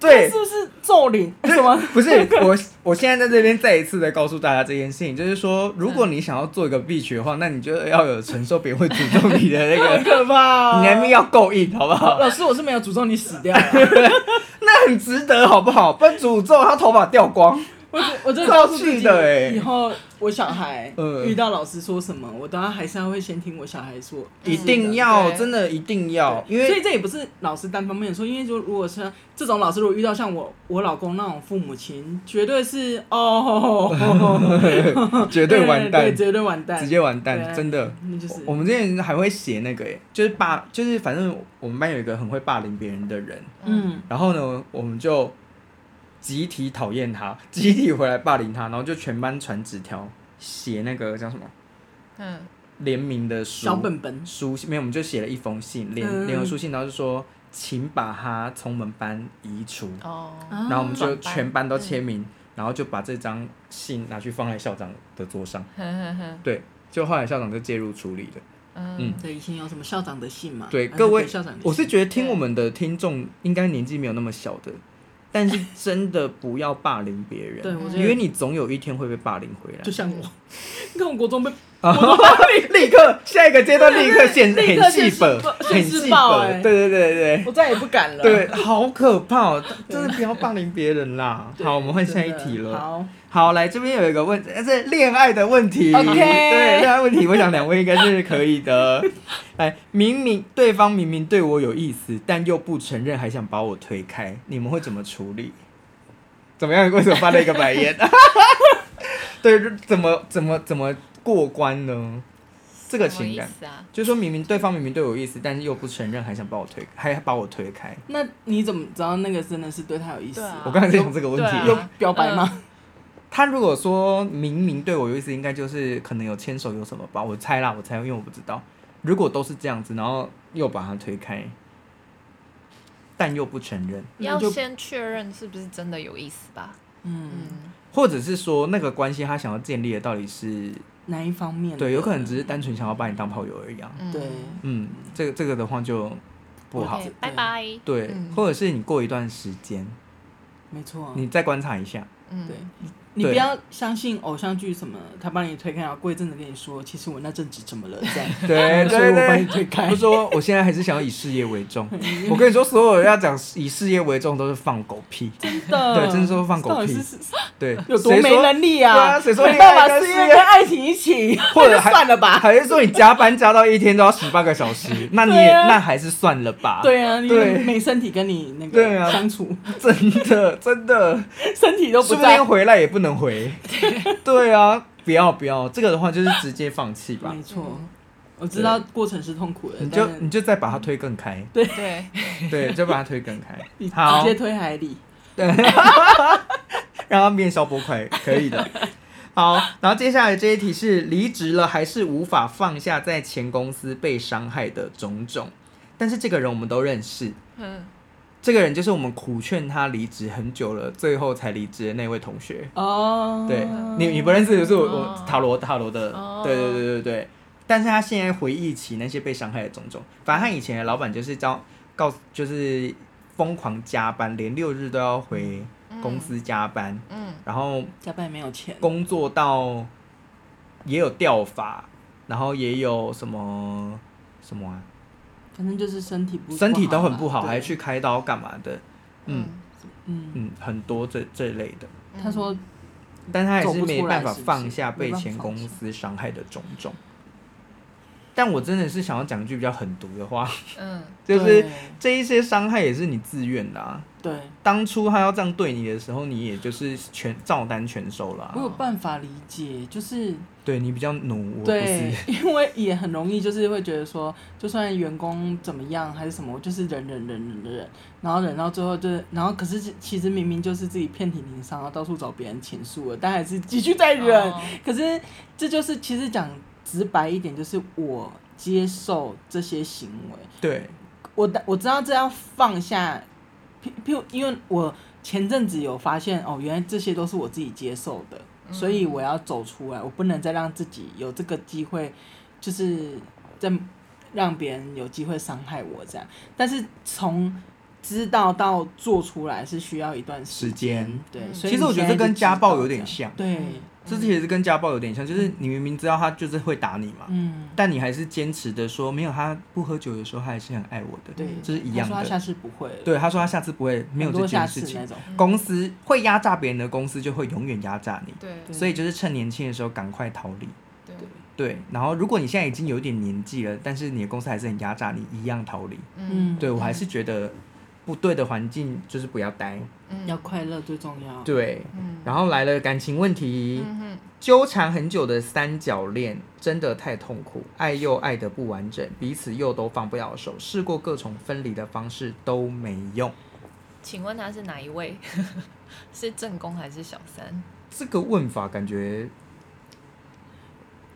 Speaker 1: 对
Speaker 3: 是，不是咒灵？什么？
Speaker 1: 不是我，我现在在这边再一次的告诉大家这件事情，就是说，如果你想要做一个 B 曲的话，那你就要有承受别人会诅咒你的那个，
Speaker 3: 可怕
Speaker 1: 你的命要够硬，好不好？
Speaker 3: 老师，我是没有诅咒你死掉啊，
Speaker 1: 那很值得，好不好？不然诅咒他头发掉光，
Speaker 3: 我只我真的告诉自
Speaker 1: 超气
Speaker 3: 己
Speaker 1: 的欸
Speaker 3: 以后我小孩
Speaker 1: 嗯
Speaker 3: 遇到老师说什么，我当然还是要会先听我小孩说，
Speaker 1: 一定要，
Speaker 2: 对
Speaker 1: 真的一定要，因
Speaker 3: 所
Speaker 1: 为
Speaker 3: 以这也不是老师单方面说，因为就如果是这种老师，如果遇到像我我老公那种父母亲，绝对是哦，
Speaker 1: 绝对完蛋
Speaker 3: 对，，绝对完蛋，
Speaker 1: 直接完
Speaker 3: 对啊
Speaker 1: 蛋，真的。
Speaker 3: 那就是
Speaker 1: 我们之前还会写那个、欸，就是霸，就是反正我们班有一个很会霸凌别人的人，
Speaker 3: 嗯，
Speaker 1: 然后呢，我们就集体讨厌他， 集体回来霸凌他，然后就全班传纸条，写那个叫什么
Speaker 2: 嗯
Speaker 1: 联名的书
Speaker 3: 小本本，
Speaker 1: 书信，没有，我们就写了一封信，联
Speaker 3: 嗯
Speaker 1: 联合书信，然后就说请把他从我们班移除，
Speaker 2: 哦，
Speaker 3: 然
Speaker 1: 然后我们就
Speaker 2: 转班
Speaker 1: 全班都签
Speaker 3: 嗯
Speaker 1: 名，然后就把这张信拿去放在校长的桌上，
Speaker 2: 哼哼哼
Speaker 1: 对，就后来校长就介入处理了。嗯
Speaker 2: 嗯
Speaker 3: 对以前有什么校长的信嘛？
Speaker 1: 对
Speaker 3: 还是
Speaker 1: 各位
Speaker 3: 嗯给校长的信，
Speaker 1: 我是觉得听我们的听众应该年纪没有那么小的，但是真的不要霸凌别人，
Speaker 3: 对，我
Speaker 1: 嗯
Speaker 3: 觉
Speaker 1: 因为
Speaker 3: 得
Speaker 1: 你总有一天会被霸凌回来
Speaker 3: 就。像我， 你看我国中被
Speaker 1: 立刻下一个阶段立刻显
Speaker 3: 立刻
Speaker 1: 很戏
Speaker 3: 现世
Speaker 1: 本，
Speaker 3: 报
Speaker 1: 很
Speaker 3: 现世
Speaker 1: 戏
Speaker 3: 报
Speaker 1: 本，
Speaker 3: 欸
Speaker 1: 对对对对
Speaker 3: 我再也不敢了。
Speaker 1: 对，好可怕哦！真的不要霸凌别人啦。
Speaker 3: 对，
Speaker 1: 好，我们换下一
Speaker 3: 真的
Speaker 1: 题了。
Speaker 3: 好，
Speaker 1: 好，来这边有一个问，呃这恋爱的问题。
Speaker 3: OK
Speaker 1: 对恋爱问题，我想两位应该是可以的。来，明明对方明明对我有意思，但又不承认，还想把我推开，你们会怎么处理？怎么样？为什么翻了一个白眼？对，就怎么怎么怎么过关呢？这个
Speaker 2: 什么
Speaker 1: 情
Speaker 2: 意
Speaker 1: 感，
Speaker 2: 思啊？
Speaker 1: 就是说明明对方明明对我有意思，但是又不承认，还想把我推，还把我推开。
Speaker 3: 那你怎么知道那个真的是对他有意思？
Speaker 2: 对啊
Speaker 1: 我刚才在想这个问题，
Speaker 2: 对
Speaker 3: 有
Speaker 2: 啊
Speaker 3: 表白吗？
Speaker 1: 他如果说明明对我有意思，应该就是可能有牵手有什么吧，我猜啦，我猜，因为我不知道。如果都是这样子，然后又把他推开，但又不承认，
Speaker 2: 要
Speaker 3: 那就
Speaker 2: 先确认是不是真的有意思吧。
Speaker 3: 嗯，
Speaker 2: 嗯，
Speaker 1: 或者是说那个关系他想要建立的到底是
Speaker 3: 哪一方面？
Speaker 1: 对，有可能只是单纯想要把你当炮友而已啊。
Speaker 2: 嗯
Speaker 3: 对，
Speaker 1: 嗯，这个这个的话就不好。
Speaker 2: OK，拜拜。
Speaker 1: 对，
Speaker 2: 嗯
Speaker 1: 或者是你过一段时间，
Speaker 3: 没错。
Speaker 1: 你再观察一下。
Speaker 2: 嗯
Speaker 3: 对，你不要相信偶像剧什么，他帮你推开，然后过一阵子跟你说，其实我那阵子怎么了 这样，
Speaker 1: 对
Speaker 3: 嗯所以
Speaker 1: 哎对
Speaker 3: 我帮你
Speaker 1: 对，
Speaker 3: 推开
Speaker 1: 他。说我现在还是想要以事业为 重。我跟你说，所有要讲以事业为重都是放狗屁。
Speaker 3: 真的，
Speaker 1: 对真是说放狗屁
Speaker 3: 到底是是
Speaker 1: 对，
Speaker 3: 有多
Speaker 1: 谁
Speaker 3: 没
Speaker 1: 说
Speaker 3: 能力
Speaker 1: 对啊谁说
Speaker 3: 没
Speaker 1: 恋
Speaker 3: 办
Speaker 1: 爱
Speaker 3: 法
Speaker 1: 跟
Speaker 3: 事
Speaker 1: 事
Speaker 3: 业
Speaker 1: 业
Speaker 3: 跟爱情一起，
Speaker 1: 或者
Speaker 3: 那就
Speaker 1: 还
Speaker 3: 算了吧。
Speaker 1: 还是说你加班加到一天都要十八个小时，那你也、
Speaker 3: 对啊
Speaker 1: 那还是算了吧。，
Speaker 3: 对啊，你
Speaker 1: 对
Speaker 3: 没身体跟你那
Speaker 1: 对
Speaker 3: 个
Speaker 1: 啊
Speaker 3: 相处，
Speaker 1: 真的真的，
Speaker 3: 身体都不
Speaker 1: 说不
Speaker 3: 在
Speaker 1: 定，回来也不能回。对啊，不要不要，这个的话就是直接放弃吧
Speaker 3: 没。错
Speaker 2: 嗯。
Speaker 3: 我知道过程是痛苦的，
Speaker 1: 你就
Speaker 3: 但是
Speaker 1: 你就再把它推更开，
Speaker 2: 对，
Speaker 1: 对，就把它推更开
Speaker 3: 你，直
Speaker 1: 好
Speaker 3: 接，推海里。
Speaker 1: 让它变消波块，可以 的。好，然后接下来这一题是离职了还是无法放下在前公司被伤害的种种，但是这个人我们都认识，
Speaker 2: 嗯，
Speaker 1: 这个人就是我们苦劝他离职很久了，最后才离职的那位同学。
Speaker 3: 哦，
Speaker 1: 对你，你不认识，就是我我
Speaker 2: 哦
Speaker 1: 塔罗塔罗的，
Speaker 2: 哦
Speaker 1: 对对对对对。但是他现在回忆起那些被伤害的种种，反正他以前的老板就是招告，就是疯狂加班，连六日都要回
Speaker 3: 嗯
Speaker 1: 公司加班，
Speaker 2: 嗯，
Speaker 1: 然后
Speaker 3: 加班也没有钱，
Speaker 1: 工作到也有掉发，然后也有什么什么啊，
Speaker 3: 反正就是身体不啊
Speaker 1: 身体都很不好，
Speaker 3: 对
Speaker 1: 还去开刀干嘛的，嗯
Speaker 3: 嗯，
Speaker 1: 嗯，很多这这类的。
Speaker 2: 嗯
Speaker 3: 他说
Speaker 1: 但他还
Speaker 3: 走
Speaker 1: 是
Speaker 3: 不
Speaker 1: 没
Speaker 3: 出
Speaker 1: 办
Speaker 3: 来
Speaker 1: 法
Speaker 3: 是不
Speaker 1: 放
Speaker 3: 是
Speaker 1: 下
Speaker 3: 没
Speaker 1: 被
Speaker 3: 办法
Speaker 1: 前
Speaker 3: 放
Speaker 1: 公
Speaker 3: 下
Speaker 1: 司伤害的种种。但我真的是想要讲一句比较狠毒的话，
Speaker 2: 嗯，
Speaker 1: 就是
Speaker 3: 对
Speaker 1: 这一些伤害也是你自愿的啊。
Speaker 3: 对，
Speaker 1: 当初他要这样对你的时候，你也就是全照单全收啦、
Speaker 3: 我有办法理解，就是
Speaker 1: 对你比较努，我不
Speaker 3: 对
Speaker 1: 是。，
Speaker 3: 因为也很容易就是会觉得说，就算员工怎么样还是什么，我就是忍忍忍忍忍，然后忍到最后就是，然后可是其实明明就是自己遍体鳞伤，然后到处找别人倾诉了，但还是继续 在忍。
Speaker 2: 哦
Speaker 3: 可是这就是其实讲直白一点，就是我接受这些行为，
Speaker 1: 对，
Speaker 3: 我的我知道这要放下，譬譬如因为我前阵子有发现哦，原来这些都是我自己接受的，
Speaker 2: 嗯
Speaker 3: 所以我要走出来，我不能再让自己有这个机会，就是再让别人有机会伤害我这样。但是从知道到做出来是需要一段时
Speaker 1: 时间
Speaker 3: 对。
Speaker 2: 嗯
Speaker 3: 所以
Speaker 1: 其实我觉得这
Speaker 3: 你现在就
Speaker 1: 跟家暴有点
Speaker 3: 知道
Speaker 1: 像，
Speaker 3: 这样，对，
Speaker 1: 这其实跟家暴有点像，就是你明明知道他就是会打你嘛，
Speaker 3: 嗯，
Speaker 1: 但你还是坚持的说没有，他不喝酒的时候他还是很爱我的，
Speaker 3: 对，
Speaker 1: 这是一样
Speaker 3: 他说他
Speaker 1: 的。
Speaker 3: 下次不会了，，
Speaker 1: 对，他说他下次不会没有这
Speaker 3: 多
Speaker 1: 件
Speaker 3: 下
Speaker 1: 事
Speaker 3: 次
Speaker 1: 情
Speaker 3: 那。种，
Speaker 2: 嗯
Speaker 1: 公司会压榨别人的公司就会永远压榨你，
Speaker 2: 对
Speaker 3: 对
Speaker 1: 所以就是趁年轻的时候赶快逃离。
Speaker 2: 对，
Speaker 1: 对，然后如果你现在已经有一点年纪了，但是你的公司还是很压榨你，一样逃离。
Speaker 3: 嗯
Speaker 1: 对我还是觉得不对的环境就是不要待。
Speaker 2: 嗯
Speaker 3: 要快乐最重要，
Speaker 1: 对，
Speaker 2: 嗯
Speaker 1: 然后来了感情问题，
Speaker 2: 嗯哼
Speaker 1: 纠缠很久的三角恋真的太痛苦，爱又爱的不完整，彼此又都放不了手，试过各种分离的方式都没用。
Speaker 2: 请问他是哪一位？ 是正宫还是小三？
Speaker 1: 这个问法感觉，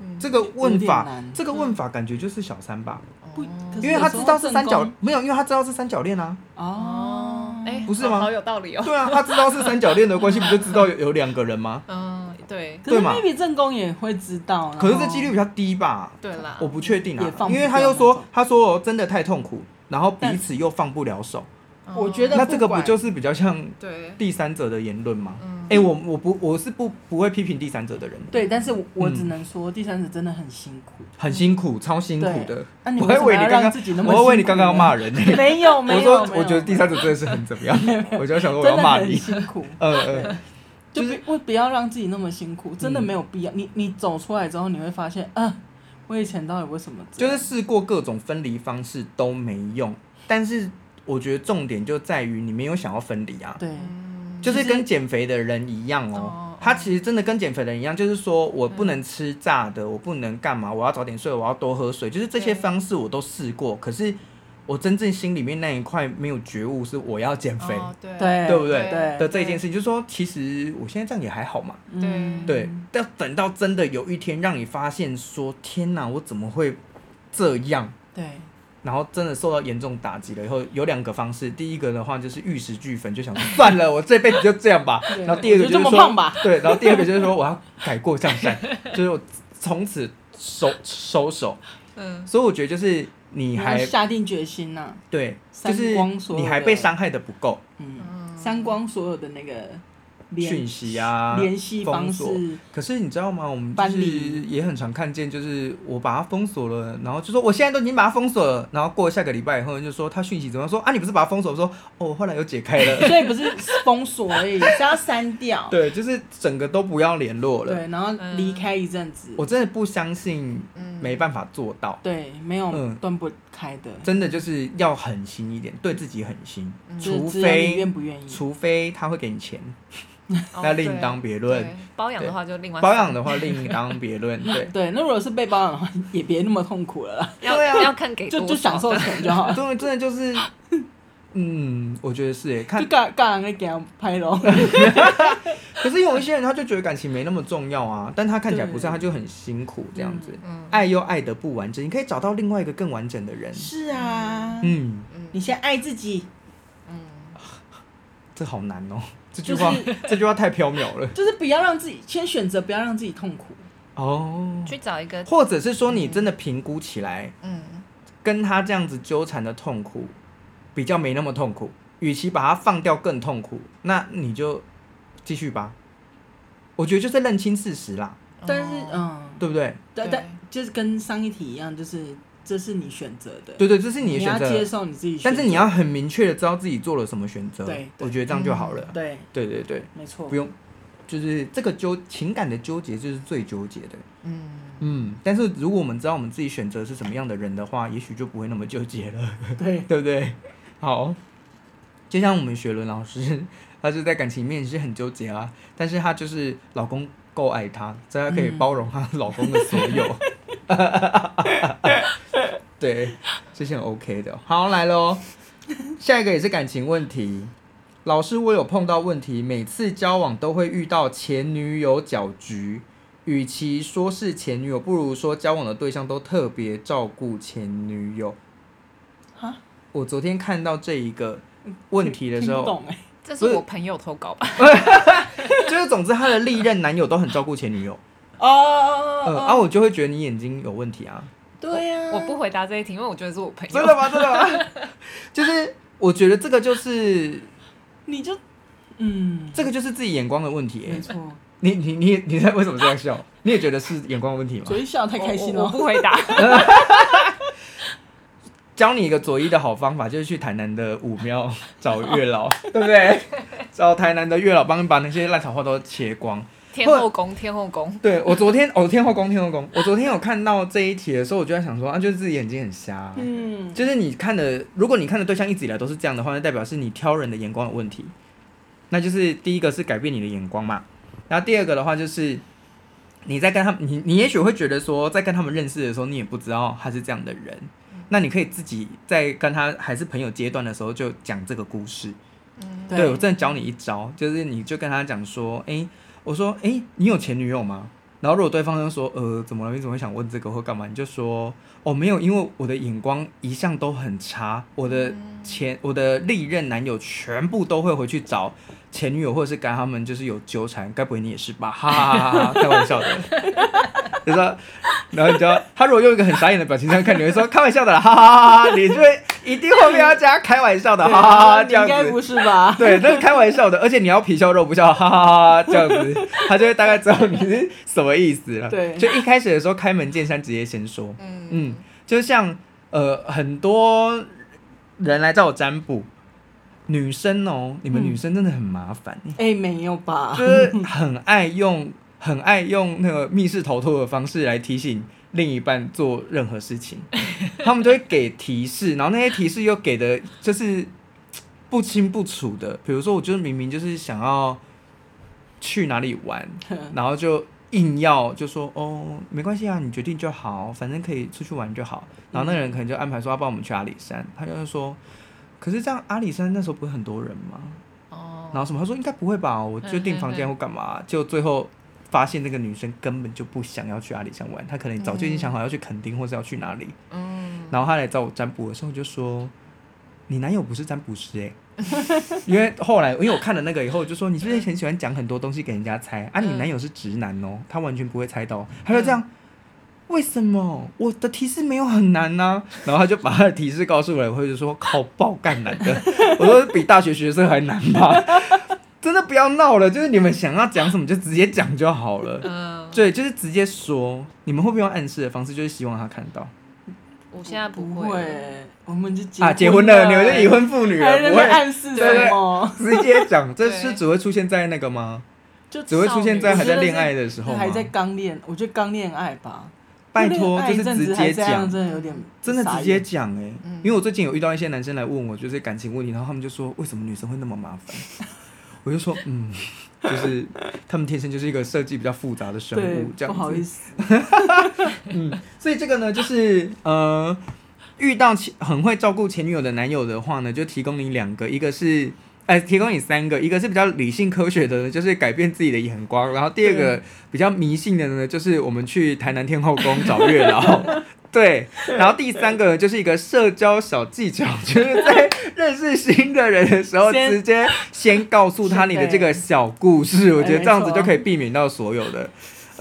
Speaker 2: 嗯
Speaker 1: 这个问
Speaker 3: 有点
Speaker 1: 法
Speaker 3: 难，
Speaker 1: 这个问法感觉就是小三吧。
Speaker 2: 哦
Speaker 3: 不可
Speaker 1: 因
Speaker 3: 是
Speaker 1: 为他知道是三
Speaker 3: 嗯有时候
Speaker 1: 角
Speaker 3: 正，
Speaker 1: 没有，因为他知道是三角恋 啊。
Speaker 3: 哦
Speaker 2: 哦，，哎，
Speaker 1: 不是吗
Speaker 2: 好好有道理哦。
Speaker 1: 对啊，他知道是三角恋的关系，不就知道有有两个人 吗？
Speaker 2: 嗯，对
Speaker 3: 可是
Speaker 1: 对嘛
Speaker 3: maybe 正宫也会知道，
Speaker 1: 可是
Speaker 3: 然
Speaker 1: 这
Speaker 3: 后
Speaker 1: 几率比较低吧？
Speaker 2: 对啦，
Speaker 1: 我不确定
Speaker 3: 也
Speaker 1: 啊，
Speaker 3: 放不
Speaker 1: 因为他又
Speaker 3: 掉那
Speaker 1: 说
Speaker 3: 种，
Speaker 1: 他说哦真的太痛苦，然后彼
Speaker 3: 但
Speaker 1: 此又放不了手，
Speaker 2: 嗯
Speaker 3: 我觉得
Speaker 1: 那这个
Speaker 3: 不
Speaker 1: 不
Speaker 3: 管
Speaker 1: 就是比较像
Speaker 2: 对，
Speaker 1: 第三者的言论吗？
Speaker 2: 嗯
Speaker 1: 哎，我我不我是不不会批评第三者的人，
Speaker 3: 对，但是我我只
Speaker 1: 嗯
Speaker 3: 能说第三者真的很辛苦，
Speaker 1: 很辛苦，超辛苦的
Speaker 3: 对。那你
Speaker 1: 我
Speaker 3: 为
Speaker 1: 还
Speaker 3: 什么
Speaker 1: 为你
Speaker 3: 要
Speaker 1: 刚
Speaker 3: 让
Speaker 1: 刚
Speaker 3: 自己那，么
Speaker 1: 我还为你
Speaker 3: 辛苦
Speaker 1: 刚刚要
Speaker 3: 呢
Speaker 1: 骂人呢。
Speaker 3: 没有没
Speaker 1: 我
Speaker 3: 有，
Speaker 1: 说
Speaker 3: 没有
Speaker 1: 我觉得第三者真的是很怎么 样，我就想说我
Speaker 3: 真
Speaker 1: 要
Speaker 3: 的
Speaker 1: 骂
Speaker 3: 很
Speaker 1: 你。
Speaker 3: 辛苦，
Speaker 1: 呃呃，
Speaker 3: 就
Speaker 1: 就是
Speaker 3: 不不要让自己那么辛苦，真的
Speaker 1: 嗯
Speaker 3: 没有必要。你你走出来之后，你会发现，啊，我以前到底为什么这
Speaker 1: 就
Speaker 3: 样？
Speaker 1: 是试过各种分离方式都没用，但是我觉得重点就在于你没有想要分离啊，
Speaker 3: 对，
Speaker 2: 嗯
Speaker 1: 就是
Speaker 3: 就是
Speaker 1: 跟减肥的人一样哦，
Speaker 2: 哦
Speaker 1: 他其实真的跟减肥的人一样，就是说我不能吃炸的，我不能干嘛，我要早点睡，我要多喝水，就是这些
Speaker 2: 对
Speaker 1: 方式我都试过，可是我真正心里面那一块没有觉悟，是我要减肥
Speaker 2: 哦对
Speaker 3: 对
Speaker 1: 对不
Speaker 2: 对
Speaker 1: 的
Speaker 3: 对
Speaker 1: 这一件事情，就是说其实我现在这样也还好嘛，
Speaker 3: 嗯
Speaker 1: 对，但等到真的有一天让你发现说，天哪，我怎么会这样？
Speaker 3: 对，
Speaker 1: 然后真的受到严重打击了以后，有两个方式。第一个的话就是玉石俱焚，就想说算了，我这辈子就这样吧。
Speaker 3: 对
Speaker 1: 然后第二个
Speaker 3: 我
Speaker 1: 就
Speaker 3: 就是这么
Speaker 1: 说
Speaker 3: 胖吧，
Speaker 1: 对，然后第二个就是说我要改过向善， 就是我从此收收手。
Speaker 2: 嗯，
Speaker 1: 所以我觉得就是你
Speaker 3: 你
Speaker 1: 还
Speaker 3: 要下定决心啊呐、
Speaker 1: 对，就是
Speaker 3: 三光所有
Speaker 1: 你
Speaker 3: 的
Speaker 1: 还被伤害的不够，
Speaker 3: 嗯，
Speaker 2: 嗯
Speaker 3: 删光所有的那个联
Speaker 1: 讯息啊，
Speaker 3: 联系方
Speaker 1: 封锁
Speaker 3: 式，
Speaker 1: 可是你知道吗？我们就
Speaker 3: 搬
Speaker 1: 是
Speaker 3: 离
Speaker 1: 也很常看见，就是我把它封锁了，然后就说我现在都已经把它封锁了，然后过了下个礼拜以后就说他讯息怎么样说啊？你不是把它封锁？我说哦，我后来又解开了。
Speaker 3: 所以不是 封锁而已，是要删 掉。
Speaker 1: 对，就是整个都不要联络了。
Speaker 3: 对，然后离开一阵子。
Speaker 1: 我真的不相信
Speaker 2: 嗯
Speaker 1: 没办法做到，
Speaker 3: 对，没有
Speaker 1: 嗯
Speaker 3: 断不开的，
Speaker 1: 真的就是要狠心一点，对自己狠心，
Speaker 2: 嗯
Speaker 3: 就是
Speaker 1: 除
Speaker 3: 只有你
Speaker 1: 非
Speaker 3: 愿不愿意。
Speaker 1: 除非他会给你钱，
Speaker 2: 哦
Speaker 1: 那另当别
Speaker 2: 对
Speaker 1: 论。
Speaker 2: 对包养的话就另外
Speaker 1: 保养
Speaker 2: 算
Speaker 1: 的话另当别论，对。
Speaker 3: 对，那如果是被包养的话， 也别那么痛苦了啦，
Speaker 2: 要、
Speaker 1: 对啊
Speaker 2: 要看给
Speaker 3: 就
Speaker 2: 哎多
Speaker 3: 就
Speaker 2: 少
Speaker 3: 享受钱就好了。
Speaker 1: 真的真的就是，嗯，我觉得是诶， 看嗯
Speaker 3: 就干干人给他拍咯。
Speaker 1: 可是有一些人他就觉得感情没那么重要 啊，但他看起来不是，
Speaker 3: 对
Speaker 1: 他就很辛苦这样子，
Speaker 2: 嗯
Speaker 1: 爱又爱得不完整，你可以找到另外一个更完整的人。
Speaker 3: 是啊，
Speaker 1: 嗯，
Speaker 3: 你
Speaker 2: 嗯
Speaker 3: 先爱自己，
Speaker 2: 嗯
Speaker 1: 这好难 哦、这句
Speaker 3: 就
Speaker 1: 话、
Speaker 3: 是
Speaker 1: 这句话太缥缈 了
Speaker 3: 就是不要让自己先选择，不要让自己痛苦。
Speaker 1: 哦。
Speaker 2: 去找一个
Speaker 1: 或者是说你真的评估起来，
Speaker 2: 嗯
Speaker 1: 跟他这样子纠缠的痛苦，比较没那么痛苦。与其把他放掉更痛苦，那你就继续吧。我觉得就是认清事实啦，
Speaker 3: 但是
Speaker 2: 哦
Speaker 3: 嗯，
Speaker 1: 对不对？
Speaker 3: 但
Speaker 2: 对
Speaker 3: 但就是跟上一题一样，就是这是你选择的，
Speaker 1: 对对，这是你的
Speaker 3: 你
Speaker 1: 选
Speaker 3: 要
Speaker 1: 择。
Speaker 3: 接受你自己选择。
Speaker 1: 但是你要很明确的知道自己做了什么选择，
Speaker 3: 对嗯
Speaker 1: 我觉得这样就好了。
Speaker 3: 对，
Speaker 1: 对对对，
Speaker 3: 没错，
Speaker 1: 不用，就是这个纠情感的纠结就是最纠结的。
Speaker 2: 嗯
Speaker 1: 嗯，但是如果我们知道我们自己选择是什么样的人的话，也许就不会那么纠结了，
Speaker 3: 对，
Speaker 1: 对不对？好，就像我们雪伦老师， 她就在感情面也是很纠结啊，但是她就是老公够爱她，所以她可以
Speaker 3: 嗯
Speaker 1: 包容她老公的所 有。对，这是很 OK 的。好，来喽，下一个也是感情问题。老师，我有碰到问题，每次交往都会遇到前女友搅局。与其说是前女友，不如说交往的对象都特别照顾前女友。
Speaker 3: 哈，
Speaker 1: 我昨天看到这一个问题的时
Speaker 3: 听不
Speaker 1: 候，
Speaker 3: 懂哎，
Speaker 2: 这是
Speaker 1: 不是
Speaker 2: 我朋友投稿吧？
Speaker 1: 就是总之她的历任男友都很照顾前女友，
Speaker 3: 哦哦
Speaker 1: 呃，
Speaker 3: 哦
Speaker 1: 啊，
Speaker 3: 哦，
Speaker 1: 我就会觉得你眼睛有问题啊。
Speaker 3: 对呀，
Speaker 2: 我不回答这一题，因为我觉得是我
Speaker 3: 哎
Speaker 2: 朋
Speaker 1: 真的
Speaker 2: 友。
Speaker 1: 吗？真的吗？ 就是我觉得这个就是
Speaker 3: 你就嗯，
Speaker 1: 这个就是自己眼光的问题、
Speaker 3: 没
Speaker 1: 欸。
Speaker 3: 错，
Speaker 1: 你你你也你在为什么这样笑？你也觉得是眼光的问 题吗
Speaker 3: 所？以笑得太开心
Speaker 1: 哦
Speaker 2: 我我我
Speaker 3: 了。
Speaker 2: 不 回答。
Speaker 1: 教你一个左一的好方法，就是去台南的武庙找月 老，对不对？找台南的月老帮你把那些烂草花都切光。
Speaker 2: 天后宫，天后宫，
Speaker 1: 对我昨天，哦，天后宫，天后宫，我昨天有看到这一题的时候，我就在想说，啊，就是自己眼睛很瞎啊、
Speaker 3: 嗯，
Speaker 1: 就是你看的，如果你看的对象一直以来都是这样的话，那代表是你挑人的眼光有问题。那就是第一个是改变你的眼光嘛，然后第二个的话就是你在跟他们，你你也许会觉得说，在跟他们认识的时候，你也不知道他是这样的人，那你可以自己在跟他还是朋友阶段的时候就讲这个故事。
Speaker 2: 嗯，
Speaker 1: 对我真的教你一招，就是你就跟他讲说，诶，我说，诶，你有前女友吗？然后如果对方就说，呃，怎么了？你怎么会想问这个或干嘛？你就说，哦，没有，因为我的眼光一向都很差，我的前、我的历任男友全部都会回去找前女友，或者是跟他们就是有纠缠，该不会你也是吧？哈哈哈哈，开玩笑的。就说，然后你知道，他如果用一个很傻眼的表情这样看，你会说开玩笑的啦，哈哈哈哈，你就会一定后面要加开玩笑的，哈
Speaker 3: 对啊
Speaker 1: 哈哈哈，
Speaker 3: 你
Speaker 1: 这样
Speaker 3: 应
Speaker 1: 子。
Speaker 3: 该不是 吧？
Speaker 1: 对，那是开玩笑的，而且你要皮笑肉不笑，哈哈哈哈这样子，他就会大概知道你是什么意思了。
Speaker 3: 对
Speaker 1: 就一开始的时候开门见山，直接先说，
Speaker 2: 嗯
Speaker 1: 嗯，就像呃很多人来找我占卜，女生哦，你们
Speaker 3: 嗯
Speaker 1: 女生真的很麻烦，
Speaker 3: 哎，没有吧
Speaker 1: 就？是很爱用很爱用那个密室逃脱的方式来提醒另一半做任何事情， 他们就会给提示，然后那些提示又给的就是嘖不清不楚的。比如说，我就是明明就是想要去哪里玩，然后就硬要就说哦，没关系啊，你决定就好，反正可以出去玩就好。然后那个人可能就安排说要帮我们去阿里山，他就是说，可是这样阿里山那时候不是很多人吗？
Speaker 2: 哦，
Speaker 1: 然后什么？他说应该不会吧，我就订房间或干嘛、就最后发现那个女生根本就不想要去阿里山玩，她可能早就已经想好要去垦丁或是要去哪里。
Speaker 2: 嗯，
Speaker 1: 然后她来找我占卜的时候，我就说：“你男友不是占卜师哎、 因为后来因为我看了那个以后，我就说你是不是很喜欢讲很多东西给人家猜啊？你
Speaker 2: 嗯
Speaker 1: 男友是直男哦，他完全不会猜到。”他就这样。为什么我的提示没有很难呢、然后他就把他的提示告诉我了，我就说靠爆干难的， 我说比大学学生还难吧。 真的不要闹了，就是你们想要讲什么就直接讲就好了。
Speaker 2: 嗯，
Speaker 1: 对，就是直接说。你们会不会用暗示的方式，就是希望他看到
Speaker 2: 我现在
Speaker 3: 不
Speaker 2: 会了，
Speaker 3: 会，我们就
Speaker 1: 啊？结婚
Speaker 3: 婚
Speaker 1: 了，你们是已婚妇女了
Speaker 3: 还，在那
Speaker 1: 不
Speaker 3: 边
Speaker 1: 会
Speaker 3: 暗示
Speaker 1: 对对
Speaker 3: 什么？
Speaker 1: 直接讲。这
Speaker 2: 对
Speaker 1: 是只会出现在那个吗？
Speaker 3: 就
Speaker 1: 只会出现在还在
Speaker 3: 少女
Speaker 1: 恋爱的时候吗
Speaker 3: 还？在刚恋，我觉得刚恋爱吧。
Speaker 1: 拜托，
Speaker 3: 恋爱
Speaker 1: 就
Speaker 3: 一
Speaker 1: 是
Speaker 3: 阵子
Speaker 1: 直
Speaker 3: 还
Speaker 1: 接
Speaker 3: 这样
Speaker 1: 讲，
Speaker 3: 真的有点
Speaker 1: 真的直
Speaker 3: 傻
Speaker 1: 接
Speaker 3: 眼
Speaker 1: 讲哎、欸
Speaker 2: 嗯
Speaker 1: 因为我最近有遇到一些男生来问我，就是感情问题，然后他们就说为什么女生会那么麻 烦？我就说嗯，就是他们天生就是一个设计比较复杂的生
Speaker 3: 对
Speaker 1: 物，这，样
Speaker 3: 不
Speaker 1: 子。
Speaker 3: 好意思，
Speaker 1: 所以这个呢，就是呃，遇到前很会照顾前女友的男友的话呢，就提供你两个，一个是。哎，提供你三个，一个是比较理性科学的，就是改变自己的眼光；然后第二个比较迷信的呢，就是我们去台南天后宫找月老，对；然后第三个呢，就是一个社交小技巧，就是在认识新的人的时候，
Speaker 3: 先
Speaker 1: 直接先告诉他你的这个小故事，我觉得这样子就可以避免到所有的。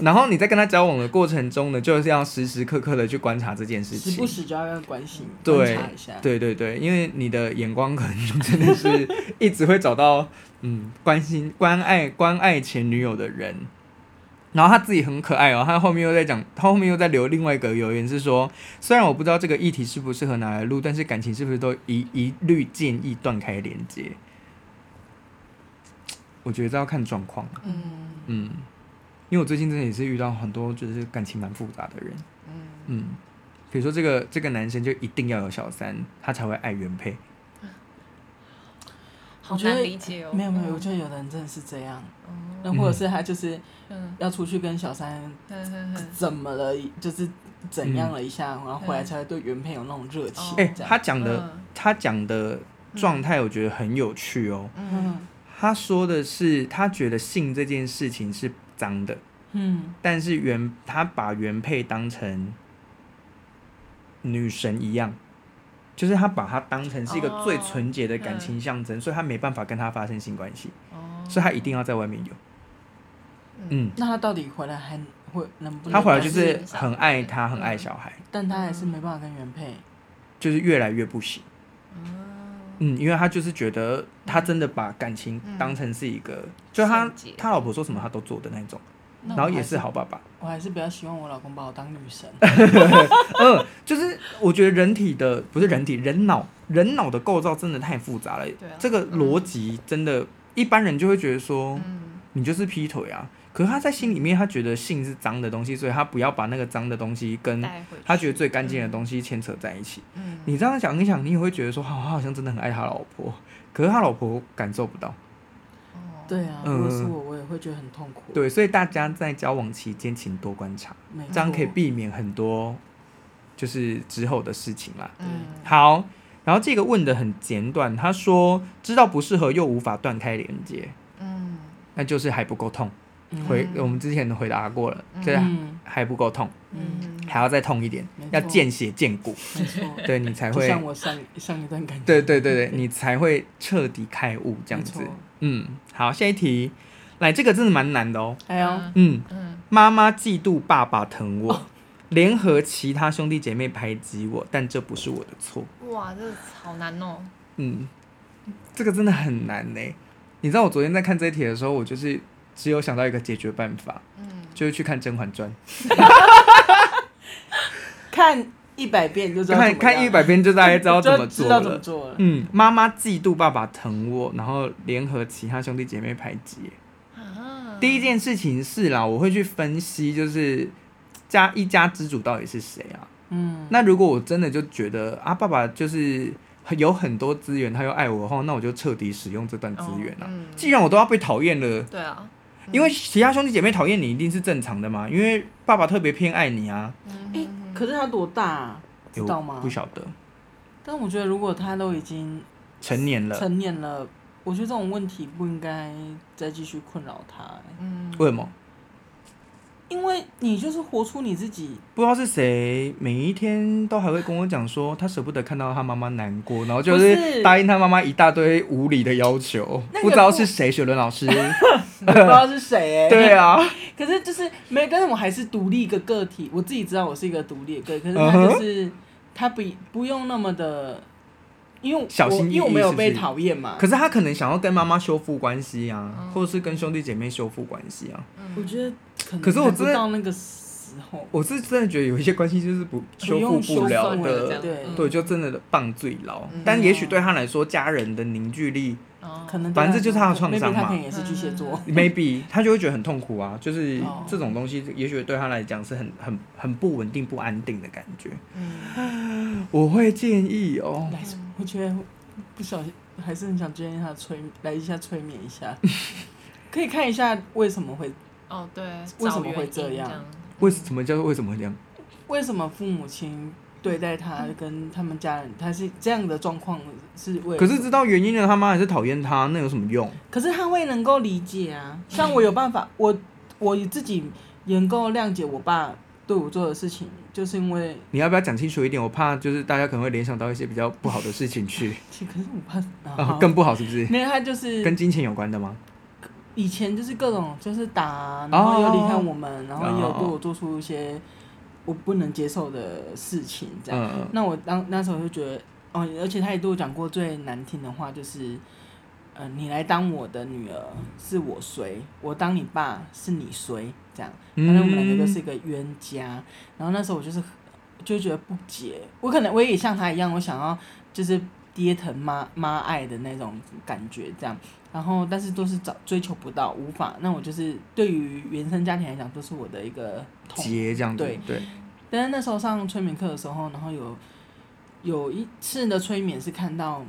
Speaker 1: 然后你在跟他交往的过程中呢，就是要时时刻刻的去观察这件事
Speaker 3: 时不
Speaker 1: 情。
Speaker 3: 时啊就要关心，
Speaker 1: 对
Speaker 3: 观察一下。
Speaker 1: 对对对，因为你的眼光可能就真的是一直会找到嗯关心、关爱、关爱前女友的人。然后他自己很可爱哦，他后面又在讲，他后面又在留另外一个留言是说，虽然我不知道这个议题适不适合拿来录，但是感情是不是都一一律建议断开连接？我觉得这要看状况。
Speaker 2: 嗯
Speaker 1: 嗯，因为我最近真的也是遇到很多就是感情蛮复杂的人，
Speaker 2: 嗯，
Speaker 1: 嗯，比如说这个这个男生就一定要有小三，他才会爱原配，
Speaker 2: 好
Speaker 3: 我觉得
Speaker 2: 难理解哦，
Speaker 3: 没有没有，我
Speaker 2: 嗯
Speaker 3: 觉得有的人真的是这样，
Speaker 2: 哦
Speaker 3: 那或者是他就是
Speaker 2: 嗯
Speaker 3: 要出去跟小三
Speaker 2: 嗯嗯嗯
Speaker 3: 怎么了，就是怎样了一下，
Speaker 1: 嗯
Speaker 3: 然后回来才会对原配有那种热情。
Speaker 1: 哎、
Speaker 3: 哦这样
Speaker 1: 他讲的、
Speaker 2: 嗯
Speaker 1: 他讲的状态，我觉得很有趣哦。
Speaker 2: 嗯
Speaker 3: 嗯
Speaker 1: 他说的是他觉得性这件事情是脏的，
Speaker 3: 嗯
Speaker 1: 但是原他把原配当成女神一样，就是他把她当成是一个最
Speaker 2: 哦
Speaker 1: 纯洁的感情象征，所以他没办法跟她发生性关系，
Speaker 2: 哦，
Speaker 1: 所以他一定要在外面有。嗯，
Speaker 3: 那他到底回来还会能不能？
Speaker 1: 他嗯回来就是很爱他，很爱小孩，
Speaker 3: 但他还是没办法跟原配。
Speaker 1: 就是越来越不行。
Speaker 2: 嗯
Speaker 1: 嗯，因为他就是觉得他真的把感情当成是一个，就他
Speaker 2: 圣洁
Speaker 1: 他老婆说什么他都做的那种，
Speaker 3: 那
Speaker 1: 然后
Speaker 3: 我
Speaker 1: 也
Speaker 3: 还
Speaker 1: 是好，爸爸。
Speaker 3: 我还是比较希望我老公把我当女 神。
Speaker 1: 嗯，就是我觉得人体的不是人体，人脑人脑的构造真的太复杂了，
Speaker 2: 对啊
Speaker 1: 这个逻辑真的，一般人就会觉得说
Speaker 2: 嗯
Speaker 1: 你就是劈腿啊。可是他在心里面，他觉得性是脏的东西，所以他不要把那个脏的东西跟
Speaker 2: 带回
Speaker 1: 嗯
Speaker 2: 去
Speaker 1: 他觉得最干净的东西牵扯在一起。
Speaker 2: 嗯
Speaker 1: 你这样想一想，你也会觉得说，好，他好像真的很爱他老婆，可是他老婆感受不到。
Speaker 2: 哦
Speaker 3: 对啊，
Speaker 1: 嗯
Speaker 3: 如果是我，我也会觉得很痛苦。，
Speaker 1: 对，所以大家在交往期间，请多观察，
Speaker 3: 没
Speaker 1: 这样可以
Speaker 3: 错
Speaker 1: 避免很多就是之后的事情啦。
Speaker 2: 嗯
Speaker 1: 好，然后这个问的很简短，他说知道不适合又无法断开连接，
Speaker 2: 嗯
Speaker 1: 那就是还不够痛。
Speaker 3: 嗯
Speaker 1: 回啊
Speaker 2: 嗯
Speaker 1: 我们之前回答过了，就是
Speaker 3: 嗯
Speaker 1: 还不够痛，
Speaker 3: 嗯，
Speaker 2: 嗯
Speaker 1: 还要再痛一点
Speaker 3: 没，
Speaker 1: 要
Speaker 3: 错
Speaker 1: 见血见骨，
Speaker 3: 没错。
Speaker 1: 对你才
Speaker 3: 就
Speaker 1: 会，
Speaker 3: 像我上上一段感情，
Speaker 1: 对对对对，你才会彻底开悟这样子
Speaker 3: 没错。
Speaker 1: 嗯，好，下一题，来这个真的蛮难的哦。
Speaker 3: 哎呦，
Speaker 2: 嗯
Speaker 1: 嗯，
Speaker 2: 嗯
Speaker 1: 妈妈嫉妒爸爸疼
Speaker 3: 哦
Speaker 1: 我，联合其他兄弟姐妹排挤我，但这不是我的错。
Speaker 2: 哇，这好难哦，
Speaker 1: 嗯，这个真的很难呢、你知道我昨天在看这一题的时候，我就是只有想到一个解决办法，
Speaker 2: 嗯
Speaker 1: 就是去看《甄嬛传
Speaker 3: 看一百遍就》，知道怎么
Speaker 1: 看
Speaker 3: 样，
Speaker 1: 看一百遍就大概知道怎么
Speaker 3: 就
Speaker 1: 做
Speaker 3: 知道怎么
Speaker 1: 了。
Speaker 3: 做了。
Speaker 1: 嗯，妈妈嫉妒爸爸疼我，然后联合其他兄弟姐妹排挤欸。
Speaker 3: 嗯
Speaker 2: 啊，
Speaker 1: 第一件事情是啦，我会去分析，就是家一家之主到底是谁啊？
Speaker 3: 嗯，
Speaker 1: 那如果我真的就觉得啊，爸爸就是有很多资源，他又爱我的话，那我就彻底使用这段资源啊。
Speaker 2: 哦嗯
Speaker 1: 既然我都要被讨厌了，
Speaker 2: 对啊，
Speaker 1: 因
Speaker 3: 嗯
Speaker 1: 为其他兄弟姐妹讨厌你一定是正常的嘛，因为爸爸特别偏爱你啊，
Speaker 2: 嗯
Speaker 3: 哎、可是他多大、啊？知
Speaker 1: 有
Speaker 3: 道吗
Speaker 1: 不？晓得，
Speaker 3: 但我觉得如果他都已经
Speaker 1: 成年了，
Speaker 3: 成年了，我觉得这种问题不应该再继续困扰他、欸
Speaker 2: 嗯，
Speaker 1: 为什么？
Speaker 3: 因为你就是活出你 自己。
Speaker 1: 不知道是谁，每一天都还会跟我讲说，他舍不得看到他妈妈难过，然后就
Speaker 3: 不
Speaker 1: 是
Speaker 3: 是
Speaker 1: 答应他妈妈一大堆无理的要求。
Speaker 3: 那个
Speaker 1: 不知道是谁，雪伦老 师。
Speaker 3: 不知道是谁、欸，
Speaker 1: 对啊，
Speaker 3: 可是就是没，但是我还是独立一个个体，我自己知道我是一个独立的个体，可是
Speaker 1: 嗯
Speaker 3: 他
Speaker 1: 哼
Speaker 3: 就是、他不不用那么的，因为我
Speaker 1: 小心翼翼
Speaker 3: 因为我没有
Speaker 1: 是
Speaker 3: 被
Speaker 1: 不是
Speaker 3: 讨厌嘛，
Speaker 1: 可是他可能想要跟妈妈修复关系啊
Speaker 2: 嗯，
Speaker 1: 或者是跟兄弟姐妹修复关系啊。
Speaker 3: 我觉得可能
Speaker 1: 可是我
Speaker 3: 还不
Speaker 1: 真的
Speaker 3: 到那个时候
Speaker 1: 我是真的觉得有一些关系就是不修
Speaker 3: 不
Speaker 1: 复
Speaker 3: 用修
Speaker 1: 不了
Speaker 3: 复
Speaker 2: 了这
Speaker 1: 的
Speaker 2: 样，
Speaker 3: 对
Speaker 2: 嗯
Speaker 1: 对，就真的棒最牢。
Speaker 2: 嗯
Speaker 1: 但也许对他来说，家人的凝聚力
Speaker 2: 哦
Speaker 3: 可能对
Speaker 1: 反正
Speaker 3: 他
Speaker 1: 这就是他的创伤
Speaker 3: maybe 他
Speaker 1: 嘛
Speaker 3: 可能也是巨蟹座，
Speaker 1: maybe 他就会觉得很痛苦啊，就是
Speaker 3: 哦
Speaker 1: 这种东西，也许对他来讲是很很很不稳定、不安定的感觉。
Speaker 2: 嗯
Speaker 1: 我会建议哦，
Speaker 3: 来，我觉得不小心还是很想建议他催来一下催眠 一下，可以看一下为什么会
Speaker 2: 哦对，
Speaker 3: 为什
Speaker 2: 找
Speaker 3: 么会
Speaker 2: 原因
Speaker 3: 这
Speaker 2: 这
Speaker 3: 样
Speaker 1: 为什么叫做为什么会这样？
Speaker 3: 为什么父母亲对待他跟他们家人，他是这样的状况是为了
Speaker 1: 可是知道原因了，他妈还是讨厌他，那有什么用？
Speaker 3: 可是他会能够理解啊，像我有办法，我我自己能够谅解我爸对我做的事情，就是因为
Speaker 1: 你要不要讲清楚一点？我怕就是大家可能会联想到一些比较不好的事情去
Speaker 3: 其实可是我爸
Speaker 1: 啊，更不好是不是？
Speaker 3: 没有他就是
Speaker 1: 跟金钱有关的吗？
Speaker 3: 以前就是各种就是打啊，然后又离开我们，然后也有
Speaker 1: 哦
Speaker 3: 对我做出一些我不能接受的事情，这样。
Speaker 1: 嗯，
Speaker 3: 那我当那时候就觉得，哦，而且他也对我讲过最难听的话，就是，呃，你来当我的女儿是我衰，我当你爸是你衰，这样。反正我们两个
Speaker 1: 嗯
Speaker 3: 都是一个冤家。然后那时候我就是就觉得不解，我可能我也像他一样，我想要就是爹疼妈妈爱的那种感觉，这样。然后但是都是找追求不到，无法。那我就是对于原生家庭来讲，都是我的一个痛
Speaker 1: 结这样子，
Speaker 3: 对
Speaker 1: 对，
Speaker 3: 但是那时候上催眠课的时候，然后有有一次的催眠是看到，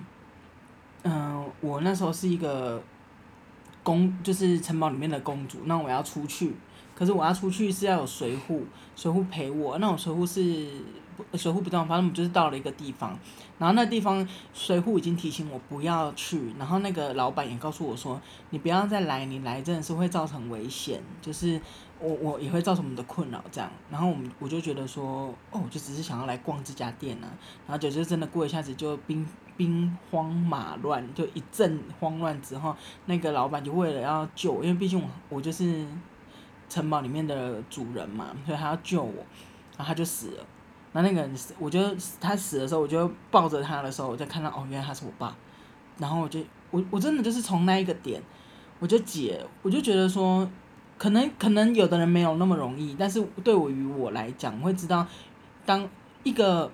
Speaker 3: 嗯、我那时候是一个公，就是城堡里面的公主，那我要出去，可是我要出去是要有随护，随护陪我，那种随护是随护不动，反正我们就是到了一个地方，然后那地方随护已经提醒我不要去，然后那个老板也告诉我说，你不要再来，你来真的是会造成危险，就是我我也会造成我们的困扰这样。然后我们我就觉得说，哦，我就只是想要来逛这家店啊，然后就就真的过一下子就兵兵荒马乱，就一阵慌乱之后，那个老板就为了要救我，因为毕竟我我就是城堡里面的主人嘛，所以他要救我，然后他就死了。然后那个人死，我就他死的时候，我就抱着他的时候，我就看到哦，原来他是我爸。然后我就我我真的就是从那一个点，我就解，我就觉得说，可能可能有的人没有那么容易，但是对我于我来讲，我会知道，当一个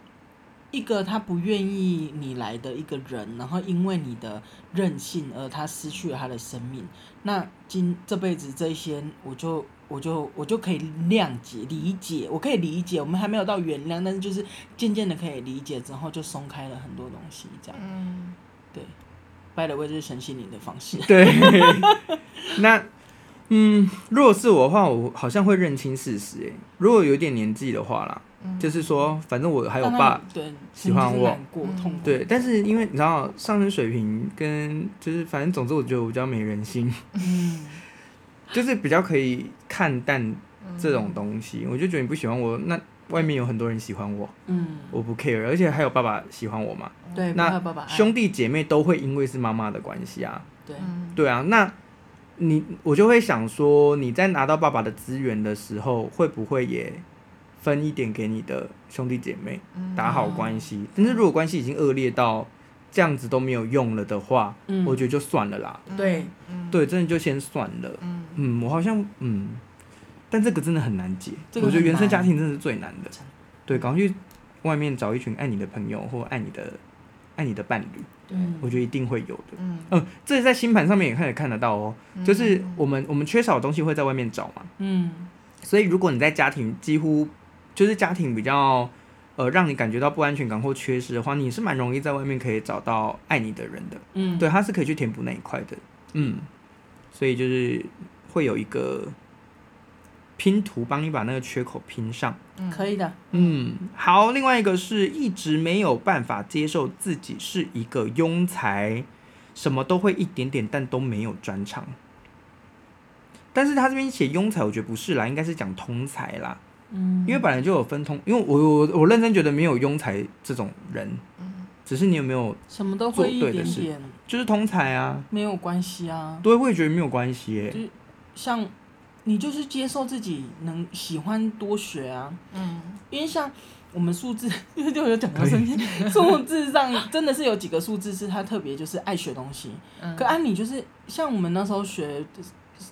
Speaker 3: 一个他不愿意你来的一个人，然后因为你的任性而他失去了他的生命，那今这辈子这些，我就我就我就可以谅解理解，我可以理解，我们还没有到原谅，但是就是渐渐的可以理解之后，就松开了很多东西，这样
Speaker 2: 嗯，
Speaker 3: 对。拜了位就是神心灵的方式，
Speaker 1: 对，那嗯，如果是我的话，我好像会认清事实。哎，如果有点年纪的话啦，
Speaker 2: 嗯
Speaker 1: 就是说，反正 我还
Speaker 3: 还
Speaker 1: 有爸，
Speaker 3: 对
Speaker 1: 喜欢
Speaker 3: 就是
Speaker 1: 我
Speaker 3: 难过
Speaker 2: 嗯
Speaker 3: 痛苦，
Speaker 1: 对，但是因为你知道，上升水平跟就是反正总之，我觉得我比较没人性，
Speaker 3: 嗯，
Speaker 1: 就是比较可以看淡
Speaker 2: 嗯
Speaker 1: 这种东西。我就觉得你不喜欢我，那外面有很多人喜欢我，
Speaker 3: 嗯，
Speaker 1: 我不 care，而且还有爸爸喜欢我嘛，
Speaker 3: 对，
Speaker 1: 那
Speaker 3: 不怕爸爸爱
Speaker 1: 兄弟姐妹都会因为是妈妈的关系啊，
Speaker 3: 对，
Speaker 2: 嗯
Speaker 1: 对啊，那你我就会想说，你在拿到爸爸的资源的时候，会不会也分一点给你的兄弟姐妹，
Speaker 2: 嗯
Speaker 1: 打好关系？但是如果关系已经恶劣到这样子都没有用了的话，
Speaker 3: 嗯
Speaker 1: 我觉得就算了啦。
Speaker 2: 嗯
Speaker 3: 对
Speaker 2: 嗯
Speaker 1: 对，真的就先算了。
Speaker 2: 嗯
Speaker 1: 嗯，我好像嗯，但这个真的很难解，
Speaker 3: 这个
Speaker 1: 我觉得
Speaker 3: 很
Speaker 1: 原生
Speaker 3: 难
Speaker 1: 家庭真的是最难的
Speaker 3: 真。
Speaker 1: 对，赶快去外面找一群爱你的朋友或爱你的爱你的伴侣，
Speaker 2: 对
Speaker 3: 嗯
Speaker 1: 我觉得一定会有的。
Speaker 2: 嗯
Speaker 1: 嗯，这在星盘上面也可以看得到哦。
Speaker 2: 嗯
Speaker 1: 就是我们我们缺少的东西会在外面找嘛，
Speaker 3: 嗯
Speaker 1: 所以如果你在家庭几乎就是家庭比较呃让你感觉到不安全感或缺失的话，你是蛮容易在外面可以找到爱你的人的，
Speaker 3: 嗯，
Speaker 1: 对，他是可以去填补那一块的，嗯，所以就是会有一个拼图帮你把那个缺口拼上。
Speaker 2: 嗯
Speaker 3: 可以的，
Speaker 1: 嗯，好，另外一个是一直没有办法接受自己是一个庸才，什么都会一点点，但都没有专长。但是他这边写庸才，我觉得不是啦，应该是讲通才啦。嗯，因为本来就有分通，因为我我我认真觉得没有庸才这种人，
Speaker 2: 嗯
Speaker 1: 只是你有没有
Speaker 3: 什么都会一
Speaker 1: 做对
Speaker 3: 点
Speaker 1: 的事
Speaker 3: 点，
Speaker 1: 就是通才啊？
Speaker 3: 没有关系啊。
Speaker 1: 对，我也觉得没有关系耶、
Speaker 3: 像你就是接受自己能喜欢多学啊，
Speaker 2: 嗯，
Speaker 3: 因为像我们数字， 就有讲到身边，数字上真的是有几个数字是他特别就是爱学东西。
Speaker 2: 嗯
Speaker 1: 啊
Speaker 3: 可按理就是像我们那时候学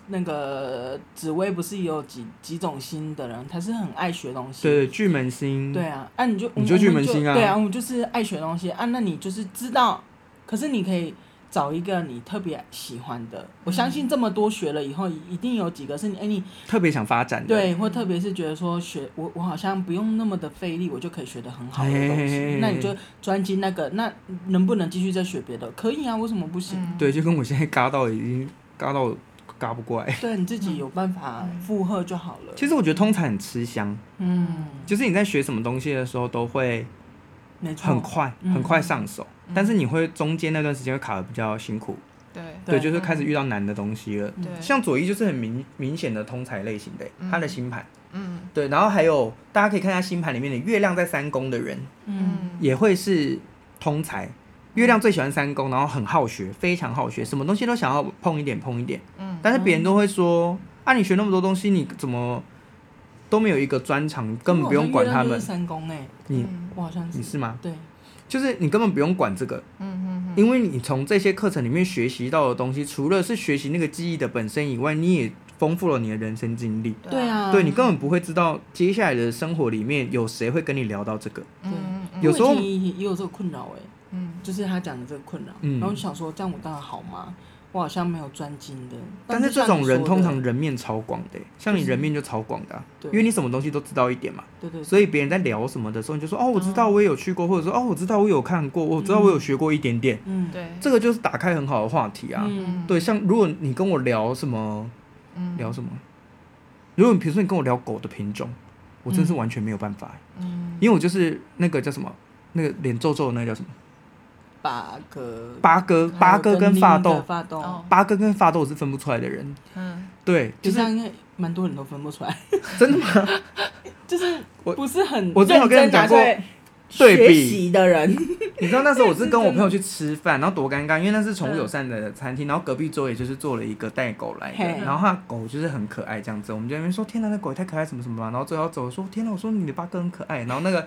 Speaker 3: 那个紫薇，不是也有几几种星的人，他是很爱学东西。
Speaker 1: 对对，巨门星，
Speaker 3: 对啊，啊你就
Speaker 1: 你就去扪心啊
Speaker 3: 啊，对啊，我就是爱学东西啊，那你就是知道，可是你可以找一个你特别喜欢的，我相信这么多学了以后，一定有几个是你哎、你
Speaker 1: 特别想发展的。
Speaker 3: 对，或特别是觉得说学我我好像不用那么的费力，我就可以学得很好的东西，
Speaker 1: 嘿
Speaker 3: 那你就专精那个，那能不能继续再学别的？可以啊，为什么不行？
Speaker 2: 嗯
Speaker 1: 对，就跟我现在嘎到已经嘎到嘎不过来。
Speaker 3: 对，你自己有办法负荷就好了。
Speaker 1: 嗯其实我觉得通才很吃香，
Speaker 3: 嗯，
Speaker 1: 就是你在学什么东西的时候都会
Speaker 3: 没错，
Speaker 1: 很快、
Speaker 3: 嗯
Speaker 1: 很快上手，
Speaker 2: 嗯
Speaker 1: 但是你会中间那段时间会卡的比较辛苦，
Speaker 2: 对
Speaker 1: 对，
Speaker 3: 对
Speaker 1: 就是
Speaker 2: 嗯
Speaker 1: 开始遇到难的东西了。
Speaker 2: 对，
Speaker 1: 像左一就是很明明显的通才类型的，他的星盘，
Speaker 2: 嗯
Speaker 1: 对，然后还有大家可以看一下星盘里面的月亮在三宫的人
Speaker 3: 嗯，
Speaker 2: 嗯
Speaker 1: 也会是通才。月亮最喜欢三宫，然后很好学，非常好学，什么东西都想要碰一点碰一点。
Speaker 2: 嗯
Speaker 1: 但是别人都会说：“啊，你学那么多东西，你怎么都没有一个专长，根本不用管他
Speaker 3: 我好像月亮就
Speaker 1: 们
Speaker 3: 是。三公哎，
Speaker 1: 你
Speaker 2: 嗯
Speaker 3: 我好像
Speaker 1: 你是吗？
Speaker 3: 对，
Speaker 1: 就是你根本不用管这个，
Speaker 2: 嗯嗯
Speaker 1: 因为你从这些课程里面学习到的东西，除了是学习那个记忆的本身以外，你也丰富了你的人生经历。
Speaker 2: 嗯，
Speaker 3: 对，啊，
Speaker 1: 对你根本不会知道接下来的生活里面有谁会跟你聊到这个。
Speaker 2: 嗯嗯
Speaker 1: 有时候
Speaker 3: 我以前也也有这个困扰哎，
Speaker 2: 嗯
Speaker 3: 就是他讲的这个困扰，
Speaker 1: 嗯
Speaker 3: 然后我就想说，这样我当然好吗？我好像没有专精的，
Speaker 1: 但是
Speaker 3: 就
Speaker 1: 这
Speaker 3: 像
Speaker 1: 种
Speaker 3: 你
Speaker 1: 人
Speaker 3: 说
Speaker 1: 通
Speaker 3: 的
Speaker 1: 常人面超广的、像你人面就超广的啊、
Speaker 3: 对
Speaker 1: 因为你什么东西都知道一点嘛。
Speaker 3: 对对嗯
Speaker 1: 所以别人在聊什么的时候，你就说哦，我知道我也有去过，或者说哦，我知道我有看过，我知道我有学过一点点，
Speaker 3: 嗯
Speaker 2: 对，
Speaker 1: 这个就是打开很好的话题啊。
Speaker 3: 嗯
Speaker 1: 对，像如果你跟我聊什么，
Speaker 2: 嗯
Speaker 1: 聊什么，如果你比如说你跟我聊狗的品种，我真是完全没有办法欸、
Speaker 2: 嗯
Speaker 1: 因为我就是那个叫什么，那个脸皱皱的那个叫什么，
Speaker 3: 八个
Speaker 1: 八哥，
Speaker 3: 还有
Speaker 1: 八哥跟
Speaker 3: 另
Speaker 1: 发
Speaker 3: 一个
Speaker 1: 豆，
Speaker 3: 发豆，
Speaker 2: 哦
Speaker 1: 八哥跟发豆我是分不出来的人，
Speaker 2: 嗯
Speaker 1: 对，
Speaker 3: 就
Speaker 1: 就是是
Speaker 3: 应该蛮多人都分不出来，
Speaker 1: 真的吗？
Speaker 3: 就是
Speaker 1: 我
Speaker 3: 不是很
Speaker 1: 我之前有
Speaker 3: 认
Speaker 1: 跟你
Speaker 3: 真拿
Speaker 1: 讲过
Speaker 3: 出来
Speaker 1: 对
Speaker 3: 学
Speaker 1: 比
Speaker 3: 习的人，
Speaker 1: 你知道那时候我是跟我朋友去吃饭，然后多尴尬，因为那是宠物友善的餐厅，然后隔壁桌也就是做了一个带狗来的，
Speaker 3: 嘿
Speaker 1: 然后他的狗就是很可爱这样子，我们就在那边说天哪，那狗也太可爱什么什么啊，然后最后走的时候说天哪，我说你的八哥很可爱，然后那个。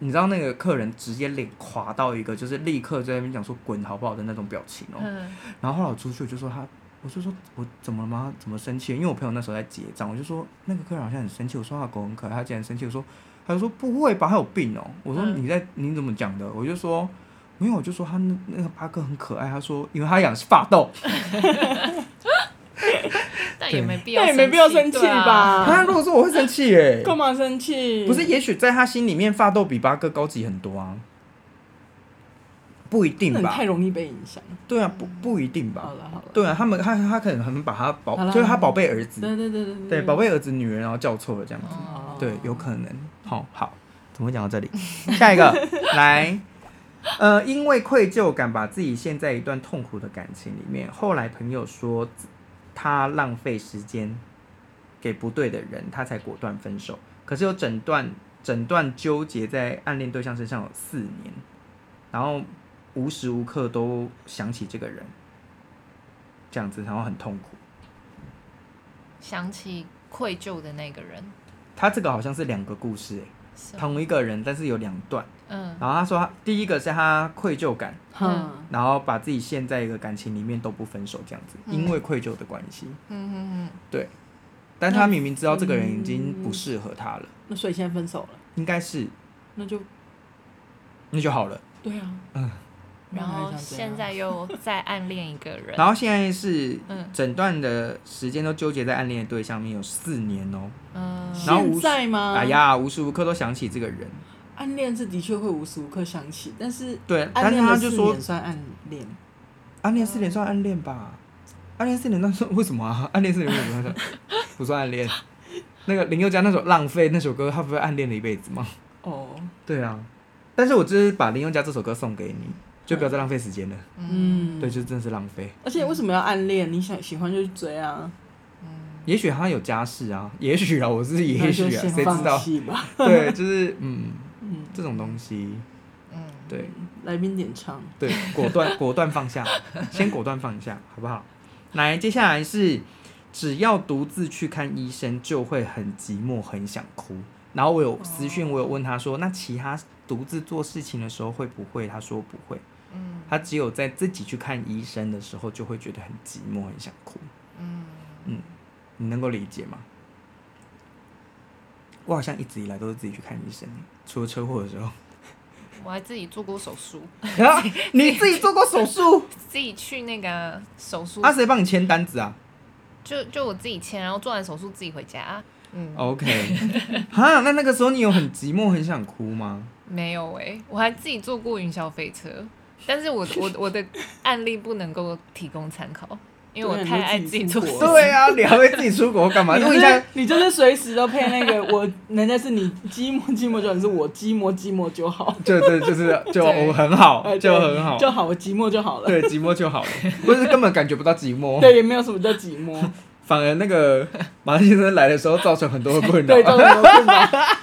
Speaker 1: 你知道那个客人直接脸垮到一个，就是立刻在那边讲说滚好不好的那种表情哦、
Speaker 2: 嗯
Speaker 1: 然后后来我出去我就说他，我就说我怎么了吗？怎么生气了？因为我朋友那时候在结账，我就说那个客人好像很生气。我说他的狗很可爱，他竟然生气。我说，他就说不会吧，他有病哦、我说
Speaker 2: 嗯
Speaker 1: 你在、你怎么讲的？我就说没有，我就说他那那个八哥很可爱。他说因为他养是发豆，
Speaker 2: 但也没必要，
Speaker 3: 但也没必要生气
Speaker 2: 对啊？
Speaker 1: 他
Speaker 3: 吧？
Speaker 1: 如果说我会生气 耶、
Speaker 3: 干嘛生气？
Speaker 1: 不是，也许在他心里面，发豆比八哥高级很多啊。不一定
Speaker 3: 那你
Speaker 1: 吧
Speaker 3: 太？容易被影响。
Speaker 1: 对啊，不不一定吧
Speaker 3: 好？了好了，
Speaker 1: 对啊，他们他他可能他们把他宝
Speaker 3: 好，啦
Speaker 1: 就是他宝贝儿子，
Speaker 3: 对对对对
Speaker 1: 对，宝贝儿子女人，然后叫错了这样子。
Speaker 2: 哦
Speaker 1: 对，有可能。好、好，怎么会讲到这里？下一个，来，呃，因为愧疚感把自己陷在一段痛苦的感情里面。后来朋友说他浪费时间给不对的人，他才果断分手。可是有整段整段纠结在暗恋对象身上有四年，然后无时无刻都想起这个人，这样子，然后很痛苦。
Speaker 2: 想起愧疚的那个人，
Speaker 1: 他这个好像是两个故事、欸，
Speaker 2: 是吗
Speaker 1: 同一个人，但是有两段。
Speaker 2: 嗯
Speaker 1: 然后他说他，第一个是他愧疚感，
Speaker 2: 嗯
Speaker 3: 哼，
Speaker 1: 然后把自己陷在一个感情里面都不分手这样子，
Speaker 2: 嗯
Speaker 1: 因为愧疚的关系。
Speaker 2: 嗯嗯
Speaker 1: 但他明明知道这个人已经不适合他了，
Speaker 3: 那所以现在分手了，
Speaker 1: 应该是
Speaker 3: 那就
Speaker 1: 那就好了。
Speaker 3: 对啊，
Speaker 1: 嗯，
Speaker 2: 嗯，然后现在又再暗恋一个人，
Speaker 1: 然后现在是
Speaker 2: 嗯
Speaker 1: 整段的时间都纠结在暗恋的对象面有四年哦，
Speaker 2: 嗯
Speaker 1: 然后无
Speaker 3: 现在吗？
Speaker 1: 哎，呀，无时无刻都想起这个人。
Speaker 3: 暗恋是的确会无时无刻想起，但是
Speaker 1: 对，
Speaker 3: 暗
Speaker 1: 但是
Speaker 3: 恋
Speaker 1: 他
Speaker 3: 的
Speaker 1: 就
Speaker 3: 四
Speaker 1: 说
Speaker 3: 年算暗恋，
Speaker 1: 暗恋四年算暗恋吧，暗恋四年段说为什么啊？ 暗恋四年段怎么说不算暗恋？那个林宥嘉那首《浪费》那首歌，他不是暗恋了一辈子吗？
Speaker 3: 哦，
Speaker 1: 对啊，但是我就是把林宥嘉这首歌送给
Speaker 3: 嗯
Speaker 1: 你，就不要再浪费时间了。
Speaker 2: 嗯
Speaker 1: 对，就真的是浪费。
Speaker 3: 而且为什么要暗恋？你想喜欢就去追啊，
Speaker 2: 嗯，
Speaker 1: 也许他有家室啊，也许啊，我是也
Speaker 3: 那就
Speaker 1: 许啊，
Speaker 3: 先
Speaker 1: 谁知
Speaker 3: 放
Speaker 1: 道？
Speaker 3: 弃吧。
Speaker 1: 对，就是嗯，
Speaker 3: 嗯，
Speaker 1: 这种东西，
Speaker 2: 嗯
Speaker 1: 对
Speaker 3: 来宾点唱，
Speaker 1: 对，果断 果断放下，先果断放下，好不好？来，接下来是只要独自去看医生，就会很寂寞，很想哭。然后我有私讯，我有问他说，那其他独自做事情的时候会不会？他说不会，
Speaker 2: 嗯
Speaker 1: 他只有在自己去看医生的时候，就会觉得很寂寞，很想哭。
Speaker 2: 嗯
Speaker 1: 你能够理解吗？我好像一直以来都是自己去看医生，除了车祸的时 候。
Speaker 2: 我还自己做过手术，
Speaker 1: 啊、你自己做过手术？
Speaker 2: 自己去那个手术，
Speaker 1: 啊，谁帮你签单子 啊
Speaker 2: 就就我自己签，然后做完手术自己回家。嗯，
Speaker 3: 哦
Speaker 1: ？OK，哈，那那个时候你有很寂寞、很想哭吗？
Speaker 2: 没有哎、我还自己坐过云霄飞车，但 是我我我的案例不能够提供参考，因为我
Speaker 3: 对
Speaker 2: 太爱自己做
Speaker 3: 你
Speaker 2: 事
Speaker 3: 就自己出国
Speaker 1: 对啊，你 还会自己出国干嘛？
Speaker 3: 你就
Speaker 1: 问一下
Speaker 3: 是，你就是随时都配那个我，人家是你寂寞寂寞就好，你是我寂寞寂寞就好，
Speaker 1: 就对， 就是就
Speaker 2: 对
Speaker 1: 很好，
Speaker 3: 哎
Speaker 1: 就
Speaker 3: 对
Speaker 1: 很好，
Speaker 3: 就好，我寂寞就好了。
Speaker 1: 对，寂寞就 好了，不是根本感觉不到寂寞，
Speaker 3: 对，也没有什么叫寂 寞，
Speaker 1: 反而那个马先生来的时候造成很多的困扰
Speaker 3: 对，。造成什么 困扰？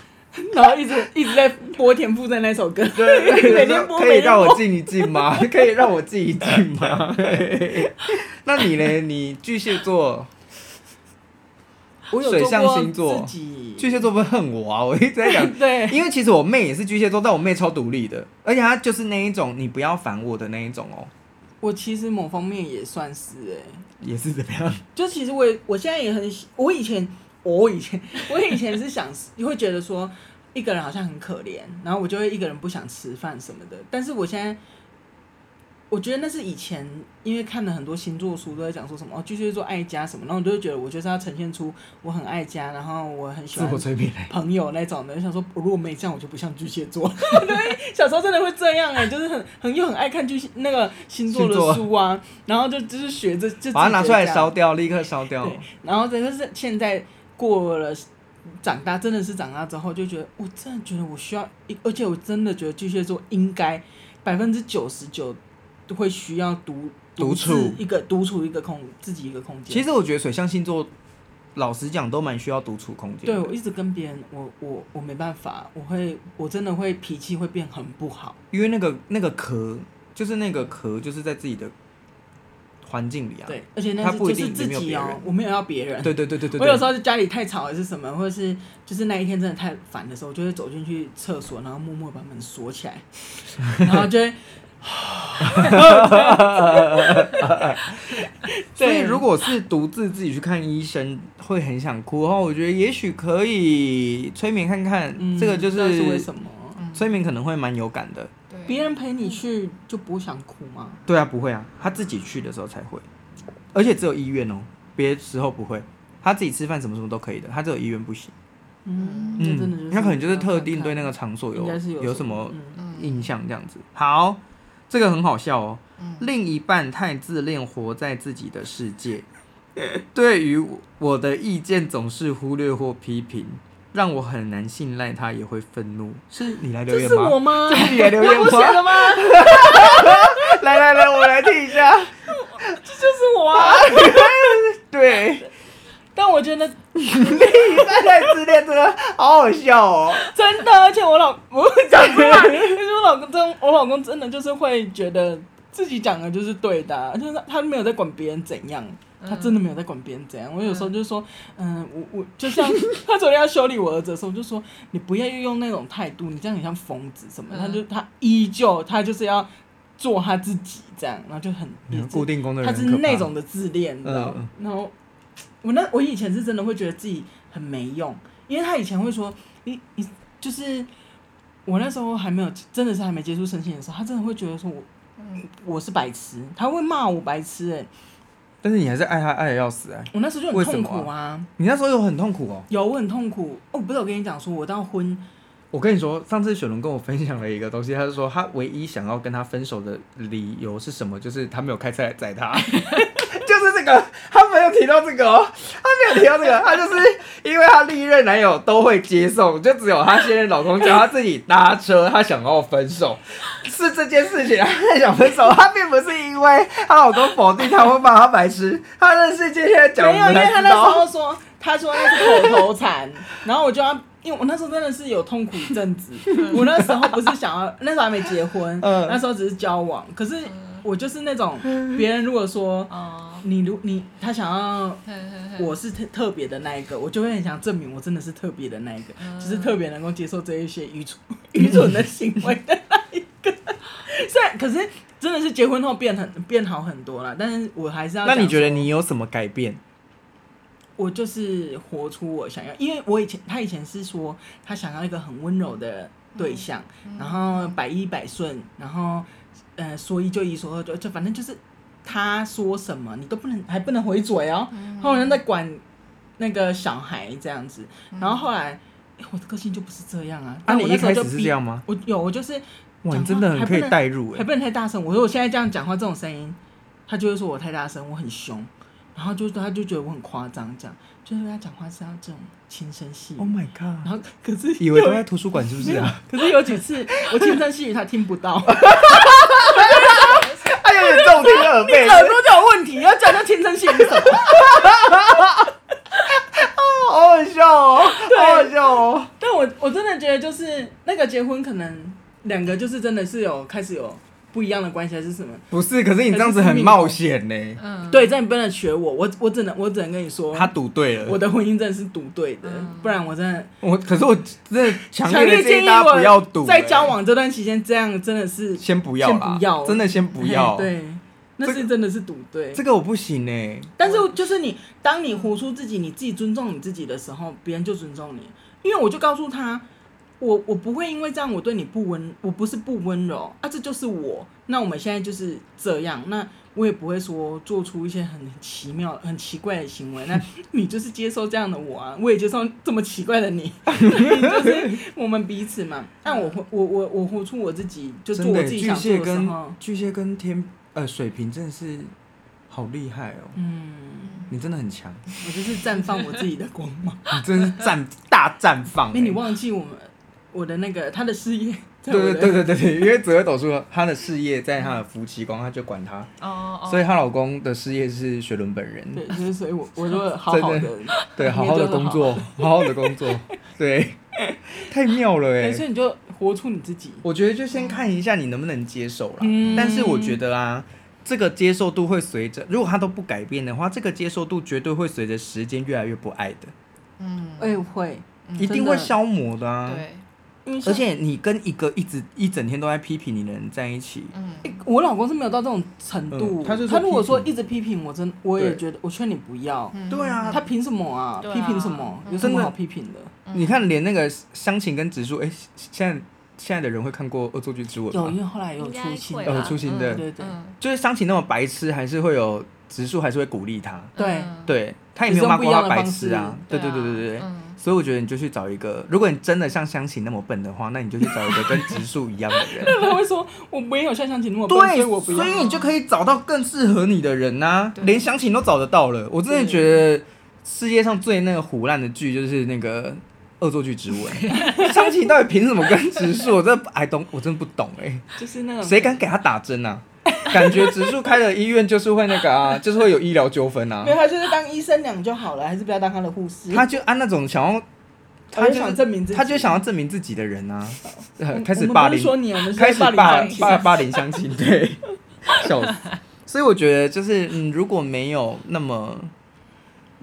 Speaker 3: 然后一直一直在播田馥甄那首歌，
Speaker 1: 对，
Speaker 3: 每天播
Speaker 1: 可以
Speaker 3: 每天
Speaker 1: 让
Speaker 3: 播
Speaker 1: 我静一静吗？可以让我静一静 吗？ 那你呢？你巨蟹座，
Speaker 3: 我有
Speaker 1: 水
Speaker 3: 做
Speaker 1: 象
Speaker 3: 过
Speaker 1: 星座
Speaker 3: 自己
Speaker 1: 巨蟹座不会恨我啊！我一直在讲，
Speaker 3: 对，
Speaker 1: 因为其实我妹也是巨蟹座，但我妹超独立的，而且她就是那一种你不要烦我的那一种哦，
Speaker 3: 我其实某方面也算是哎、
Speaker 1: 也是怎么样？
Speaker 3: 就其实我也我现在也很喜，我以前我以前 我以前是想会觉得说一个人好像很可怜，然后我就会一个人不想吃饭什么的。但是我现在我觉得那是以前因为看了很多星座书都在讲说什么哦巨蟹座爱家什么，然后我就会觉得我就是要呈现出我很爱家，然后我很 喜
Speaker 1: 自
Speaker 3: 欢
Speaker 1: 我催眠嘞。
Speaker 3: 朋友那种的，就想说哦如果没这样，我就不像巨蟹座。 对，小时候真的会这样哎、就是很很又很爱看巨蟹那个星座的
Speaker 1: 星座
Speaker 3: 书啊，然后就就是学着就
Speaker 1: 把它拿出来烧
Speaker 3: 掉。
Speaker 1: 掉，立刻烧掉。
Speaker 3: 对，然后真的是现在过了长大，真的是长大之后就觉得，我真的觉得我需要一，而且我真的觉得巨蟹座应该百分之九十九会需要独
Speaker 1: 独处
Speaker 3: 自一个独处一个空自己一个空间。
Speaker 1: 其实我觉得水象星座，老实讲都蛮需要独处空间
Speaker 3: 对
Speaker 1: 的，
Speaker 3: 我一直跟别人，我我我没办法，我会我真的会脾气会变很不好。
Speaker 1: 因为那个那个壳，就是那个壳，就是在自己的环境里啊。
Speaker 3: 对，而且
Speaker 1: 他
Speaker 3: 那是
Speaker 1: 不一
Speaker 3: 就
Speaker 1: 定
Speaker 3: 是自
Speaker 1: 里面有
Speaker 3: 己
Speaker 1: 别
Speaker 3: 哦
Speaker 1: 人，
Speaker 3: 我没有要别人。
Speaker 1: 对对对对对，
Speaker 3: 我有时候就家里太吵还是什么，或者是就是那一天真的太烦的时候，我就会走进去厕所，然后默默把门锁起 来，然后就会。
Speaker 1: 所以如
Speaker 3: 果
Speaker 1: 果是独自自己去看医生，会很想哭的话，我觉得也许可以催眠看看，
Speaker 3: 嗯
Speaker 1: 这个就是
Speaker 3: 为什么
Speaker 2: 嗯
Speaker 1: 催眠可能会蛮有感的。
Speaker 2: 对
Speaker 3: 别人陪你去就不想哭吗？
Speaker 1: 对啊，不会啊，他自己去的时候才会，而且只有医院哦，别的时候不会。他自己吃饭什么什么都可以的，他只有医院不行。
Speaker 3: 嗯，这真的
Speaker 1: 嗯，
Speaker 3: 是
Speaker 1: 他可能就是特定对那
Speaker 3: 个
Speaker 1: 个场所有
Speaker 3: 应该是
Speaker 1: 有什么
Speaker 3: 嗯
Speaker 2: 嗯
Speaker 1: 印象这样子。好，这个很好笑哦。
Speaker 2: 嗯
Speaker 1: 另一半太自恋，活在自己的世界， 对于我的意见总是忽略或批评，让我很难信赖他，也会愤怒。是你来留
Speaker 3: 这
Speaker 1: 言
Speaker 3: 是
Speaker 1: 吗？
Speaker 3: 我吗？
Speaker 1: 是 你来留言
Speaker 3: 我写
Speaker 1: 吗？
Speaker 3: 的吗？
Speaker 1: 来来来，我们来听一下。
Speaker 3: 就是我啊！
Speaker 1: 对，
Speaker 3: 但我觉得
Speaker 1: 另 一半太自恋真的好好笑哦。
Speaker 3: 真的，而且我老我讲出来，但是我老公真，我老公真的就是会觉得自己讲的就是对的啊、就是他没有在管别人怎样，他真的没有在管别人怎样。我有时候就说，嗯，我我就像他昨天要修理我儿子的时候，我就说你不要用那种态度，你这样很像疯子什么。
Speaker 2: 嗯
Speaker 3: 他就他依旧他就是要做他自己这样，然后就很也是
Speaker 1: 固定工作人
Speaker 3: 他
Speaker 1: 员
Speaker 3: 是
Speaker 1: 很可怕
Speaker 3: 那种的自恋，你知道
Speaker 1: 嗯
Speaker 3: 吗？然后我那我以前是真的会觉得自己很没用，因为他以前会说你你就是我那时候还没有真的是还没接触身心的时候，他真的会觉得说我
Speaker 2: 嗯
Speaker 3: 我是白痴，他会骂我白痴哎、
Speaker 1: 但是你还是爱他爱的要死哎、
Speaker 3: 我那时候就
Speaker 1: 为
Speaker 3: 很
Speaker 1: 什
Speaker 3: 痛
Speaker 1: 么
Speaker 3: 苦啊，
Speaker 1: 你那时候有很痛苦哦。
Speaker 3: 有我很痛苦哦，不是我跟你讲说我到婚
Speaker 1: 我跟你说，上次雪龙跟我分享了一个东西，他就说他唯 一想要跟他分手的理由是什么？就是他没有开车来载他，就是这个，他没有提到这个哦，他没有提到这个，他就是因为他历任男友都会接送，就只有他现任老公叫他自己搭车，他想要分手，是这件事情，他想分手，他并不是因为她老公否定他或骂他白痴，他的世界现在讲
Speaker 3: 没
Speaker 1: 我
Speaker 3: 有，
Speaker 1: 们
Speaker 3: 因为
Speaker 1: 才
Speaker 3: 他
Speaker 1: 知
Speaker 3: 那时
Speaker 1: 道，
Speaker 3: 候说，他说那是口头禅， 然后我就要，因为我那时候真的是有痛苦一阵子，我那时候不是想要，那时候还没结婚，
Speaker 1: 嗯
Speaker 3: 那时候只是交往，可是我就是那种别人如果说
Speaker 2: 哦，
Speaker 3: 你如你他想要
Speaker 2: 哼哼哼
Speaker 3: 我是特特别的那一个，我就会很想证明我真的是特别的那一个，
Speaker 2: 嗯
Speaker 3: 就是特别能够接受这一些 愚蠢愚蠢的行为的那一个。虽然可是真的是结婚后变很变好很多啦，但是我还是要
Speaker 1: 那
Speaker 3: 讲说。
Speaker 1: 你觉得你有什么改变？
Speaker 3: 我就是活出我想要，因为我以前他以前是说他想要一个很温柔的对象，然后百依百顺，然后呃说一就一，说二就二就反正就是他说什么你都不能还不能回嘴哦，后来在管那个小孩这样子，然后后来、诶我的个性就不是这样啊，
Speaker 1: 啊，
Speaker 3: 但
Speaker 1: 你
Speaker 3: 我那
Speaker 1: 一
Speaker 3: 时候
Speaker 1: 开
Speaker 3: 就
Speaker 1: 始是
Speaker 3: 逼
Speaker 1: 这样吗？
Speaker 3: 我有我就是
Speaker 1: 哇，
Speaker 3: 讲
Speaker 1: 你
Speaker 3: 话
Speaker 1: 真的很
Speaker 3: 还
Speaker 1: 可以
Speaker 3: 不能
Speaker 1: 代入
Speaker 3: 还
Speaker 1: 哎，
Speaker 3: 不能太大声。我说我现在这样讲话这种声音，他就会说我太大声，我很凶，然后就他就觉得我很夸张，这样就是他讲话是要这种轻声细语。
Speaker 1: ，Oh my
Speaker 3: 然
Speaker 1: god，
Speaker 3: 后可是
Speaker 1: 以为
Speaker 3: 有
Speaker 1: 都在图书馆是不是啊？
Speaker 3: 可是有几次我轻声细语他听不到，耳 哎
Speaker 1: 他有点重听耳背，
Speaker 3: 朵就有问题，要讲到轻声细语是什么？
Speaker 1: 好好笑 哦，好好笑哦。
Speaker 3: 但我我真的觉得就是那个结婚可能两个就是真的是有开始有不一样的关系还是什么？
Speaker 1: 不是，可是你这样子很冒险呢。
Speaker 2: 嗯，
Speaker 3: 对，这你不能学我，我我只能我只能跟你说，
Speaker 1: 他赌对
Speaker 3: 我
Speaker 1: 了，
Speaker 3: 的婚姻真的是赌对的
Speaker 2: 嗯，
Speaker 3: 不然我真的。
Speaker 1: 我可是我真的强
Speaker 3: 强
Speaker 1: 烈
Speaker 3: 烈
Speaker 1: 的建
Speaker 3: 建
Speaker 1: 议
Speaker 3: 议
Speaker 1: 大家
Speaker 3: 我
Speaker 1: 不要赌，
Speaker 3: 在
Speaker 1: 欸
Speaker 3: 交往这段期间，这样真的是
Speaker 1: 先不要啦
Speaker 3: 先，不要
Speaker 1: 真的先不要。
Speaker 3: 嘿，对，那
Speaker 1: 这
Speaker 3: 是真的是赌对。
Speaker 1: 这个我不行欸呢。
Speaker 3: 但是就是你，当你活出自己，你自己尊重你自己的时候，别人就尊重你。因为我就告诉他，我我不会因为这样我对你不温，我不是不温柔啊，这就是我。那我们现在就是这样，那我也不会说做出一些很奇妙、很奇怪的行为。那你就是接受这样的我啊，我也接受这么奇怪的你， 就是我们彼此嘛。但我活我我我活出我自己，就做
Speaker 1: 真
Speaker 3: 我
Speaker 1: 的，
Speaker 3: 自己
Speaker 1: 巨
Speaker 3: 想做
Speaker 1: 蟹
Speaker 3: 的时
Speaker 1: 跟
Speaker 3: 候，
Speaker 1: 巨蟹跟天呃水瓶真的是好厉害哦，
Speaker 3: 嗯，
Speaker 1: 你真的很强，
Speaker 3: 我就是绽放我自己的光芒。
Speaker 1: 你真的是 绽大绽放
Speaker 3: 哎、
Speaker 1: 欸。
Speaker 3: 你忘记我们我的那个他的 事业，在
Speaker 1: 对对
Speaker 3: 我的
Speaker 1: 对对对对，因为紫微斗数她的事业在她的夫妻宫，她就管她，
Speaker 2: 哦哦，
Speaker 1: 所以她老公的事业是雪伦本人。
Speaker 3: 对，就是所以我我如果好好
Speaker 1: 真
Speaker 3: 的，
Speaker 1: 对，
Speaker 3: 应该
Speaker 1: 好好的
Speaker 3: 就是
Speaker 1: 工
Speaker 3: 好
Speaker 1: 作，好好的工作，对，太妙了哎、
Speaker 3: 对，所以你就活出你自己。
Speaker 1: 我觉得就先看一下你能不能接受啦。
Speaker 3: 嗯
Speaker 1: 但是我觉得啊，这个接受度会随着，如果他都不改变的话，这个接受度绝对会随着时间越来越不爱的，
Speaker 2: 嗯，
Speaker 3: 哎、会，
Speaker 2: 嗯
Speaker 1: 一定会消磨的啊。
Speaker 2: 对，
Speaker 3: 因为像
Speaker 1: 而且你跟一个一直一整天都在批评你的人在一起，
Speaker 2: 嗯，
Speaker 3: 我老公是没有到这种程度，
Speaker 1: 嗯他就是
Speaker 3: 如果说
Speaker 1: 批评
Speaker 3: 一直批评我，真我
Speaker 1: 对
Speaker 3: 也觉得，我劝你不要。
Speaker 2: 嗯
Speaker 1: 对啊
Speaker 3: 他凭什么啊？
Speaker 2: 对啊
Speaker 3: 批评什么？有什
Speaker 1: 真的
Speaker 3: 么好批评的？
Speaker 2: 嗯
Speaker 1: 你看连那个乡情跟植树，哎、现在现在的人会看过《恶作剧之吻》
Speaker 3: 有，因
Speaker 1: 吗？
Speaker 3: 为后来有
Speaker 2: 应该
Speaker 3: 出新
Speaker 2: 会
Speaker 3: 的，
Speaker 1: 有
Speaker 2: 吧
Speaker 1: 哦出新
Speaker 3: 对
Speaker 1: 的
Speaker 3: 对对，
Speaker 2: 嗯
Speaker 1: 就是乡情那么白痴，还是会有植树还是会鼓励他，
Speaker 3: 对
Speaker 2: 嗯
Speaker 1: 对他也
Speaker 3: 只
Speaker 1: 没
Speaker 3: 是
Speaker 1: 有
Speaker 3: 用
Speaker 1: 骂
Speaker 3: 不一
Speaker 1: 过
Speaker 3: 样
Speaker 1: 他
Speaker 3: 的
Speaker 1: 白
Speaker 3: 方
Speaker 1: 痴
Speaker 3: 式
Speaker 1: 啊，对对对对对
Speaker 2: 对
Speaker 1: 对
Speaker 2: 啊。嗯
Speaker 1: 所以我觉得你就去找一个，如果你真的像湘琴那么笨的话，那你就去找一个跟植树一样的人。
Speaker 3: 他会说我没有像相亲那么笨，所
Speaker 1: 对，
Speaker 3: 以我不
Speaker 1: 所
Speaker 3: 要。
Speaker 1: 以你就可以找到更适合你的人呐、
Speaker 2: 对
Speaker 1: 连湘琴都找得到了。我真的
Speaker 3: 对
Speaker 1: 觉得世界上最那个胡烂的剧就是那个《恶作剧之吻》， 湘琴到底凭什么跟植树？我真的 I don't，我真的不懂哎、
Speaker 3: 就是那种
Speaker 1: 谁敢给他打针啊？感觉植树开的医院就是会那个 啊，就是会有医疗纠纷啊
Speaker 3: 没。有，他就是当医生娘就好了，还是不要当他的护士。
Speaker 1: 他就按那种想要，
Speaker 3: 我
Speaker 1: 他
Speaker 3: 就
Speaker 1: 就
Speaker 3: 想
Speaker 1: 是
Speaker 3: 证明自己，
Speaker 1: 他就想要证明自己的人啊，呃
Speaker 3: 我
Speaker 1: 开始
Speaker 3: 嗯我们不是
Speaker 1: 霸凌
Speaker 3: 说你，我们是
Speaker 1: 开始
Speaker 3: 霸凌
Speaker 1: 霸
Speaker 3: 你
Speaker 1: 霸霸凌相亲，对，笑死。所以我觉得就是，嗯，如果没有那么，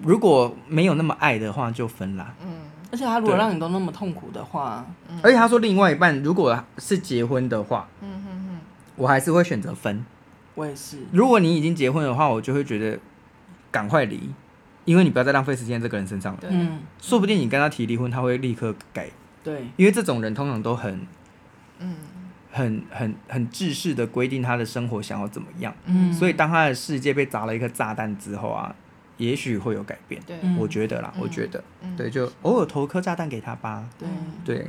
Speaker 1: 如果没有那么爱的话，就分啦。
Speaker 2: 嗯
Speaker 3: 而且他如果
Speaker 1: 对
Speaker 3: 让你都那么痛苦的话，
Speaker 1: 而且他说，另外一半如果是结婚的话，
Speaker 2: 嗯嗯
Speaker 1: 我还是会选择分。
Speaker 3: 我也是。
Speaker 1: 如果你已经结婚的话，我就会觉得赶快离，因为你不要再浪费时间在这个人身上了。
Speaker 2: 对
Speaker 3: 嗯，
Speaker 1: 说不定你跟他提离婚，他会立刻改，
Speaker 3: 对，
Speaker 1: 因为这种人通常都很
Speaker 2: 嗯
Speaker 1: 很很很制式的规定他的生活想要怎么样。
Speaker 2: 嗯，
Speaker 1: 所以当他的世界被砸了一颗炸弹之后啊，也许会有改变，
Speaker 2: 对，
Speaker 3: 嗯
Speaker 1: 我觉得啦，
Speaker 2: 嗯
Speaker 1: 我觉得，
Speaker 2: 嗯
Speaker 1: 对，就偶尔投颗炸弹给他吧，
Speaker 3: 对，
Speaker 1: 对，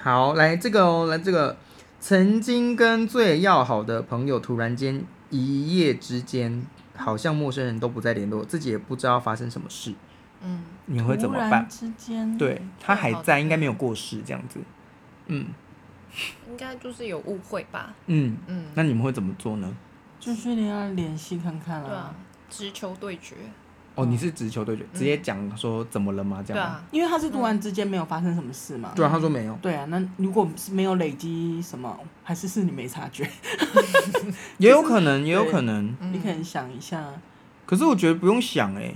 Speaker 1: 好，来这个哦，来这个，曾经跟最要好的朋友突然间一夜之间好像陌生人都不再联络，自己也不知道发生什么事，
Speaker 2: 嗯，
Speaker 1: 你会怎么
Speaker 3: 突然
Speaker 1: 办？
Speaker 3: 之间，
Speaker 1: 对他还
Speaker 2: 好
Speaker 1: 在，
Speaker 2: 的
Speaker 1: 应该没有过世这样子。嗯
Speaker 2: 应该就是有误会吧，
Speaker 1: 嗯，
Speaker 2: 嗯，
Speaker 1: 那你们会怎么做呢？
Speaker 3: 就去联要联系看看
Speaker 2: 对
Speaker 3: 啦
Speaker 2: 啊。，
Speaker 1: 嗯
Speaker 2: 直球对决，
Speaker 1: 哦，你是直球对决，直接讲说怎么了吗？这
Speaker 2: 对
Speaker 1: 样吗？
Speaker 2: 啊，
Speaker 3: 因为他是突然之间没有发生什么事嘛。
Speaker 1: 对啊，他说没有。
Speaker 3: 对啊，那如果是没有累积什么，还是是你没察觉，
Speaker 1: 也有可能，也有
Speaker 3: 对
Speaker 1: 可能。
Speaker 2: 嗯
Speaker 3: 你可能想一下
Speaker 1: 可是我觉得不用想哎、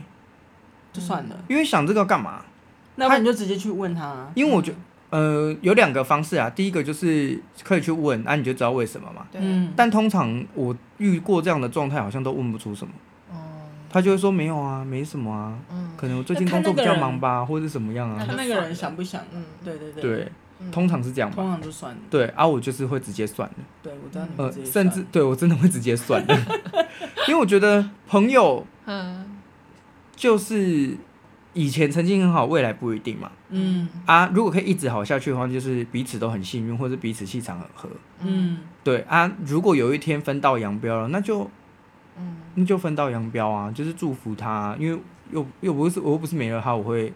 Speaker 3: 就算了，
Speaker 1: 因为想这个干嘛？
Speaker 3: 那不然你就直接去问他啊。
Speaker 1: 因为我觉呃有两个方式啊，第一个就是可以去问，啊你就知道为什么嘛。
Speaker 2: 对，
Speaker 3: 嗯，
Speaker 1: 但通常我遇过这样的状态，好像都问不出什么，
Speaker 2: 哦，
Speaker 1: 他就会说没有啊，没什么啊，
Speaker 2: 嗯，
Speaker 1: 可能我最近工作比较忙吧，或者怎么样
Speaker 2: 那
Speaker 1: 啊
Speaker 2: 就。
Speaker 3: 看那个人想不想？
Speaker 2: 嗯
Speaker 3: 对对对，
Speaker 1: 对，
Speaker 2: 嗯
Speaker 1: 通常是这样吧。
Speaker 3: 通常就算了。
Speaker 1: 对啊，我就是会直接算的，
Speaker 3: 对，我知道你们
Speaker 1: 呃
Speaker 3: 自，己算
Speaker 1: 甚至对我真的会直接算的， 因为我觉得朋友
Speaker 2: 嗯
Speaker 1: 就是以前曾经很好，未来不一定嘛。
Speaker 3: 嗯
Speaker 1: 啊，如果可以一直好下去的话，就是彼此都很幸运，或者彼此气场很合。
Speaker 3: 嗯，
Speaker 1: 对啊，如果有一天分道扬镳了，那就
Speaker 2: 嗯
Speaker 1: 那就分道扬镳啊，就是祝福他啊、因为又又不是我又不是没了他，我会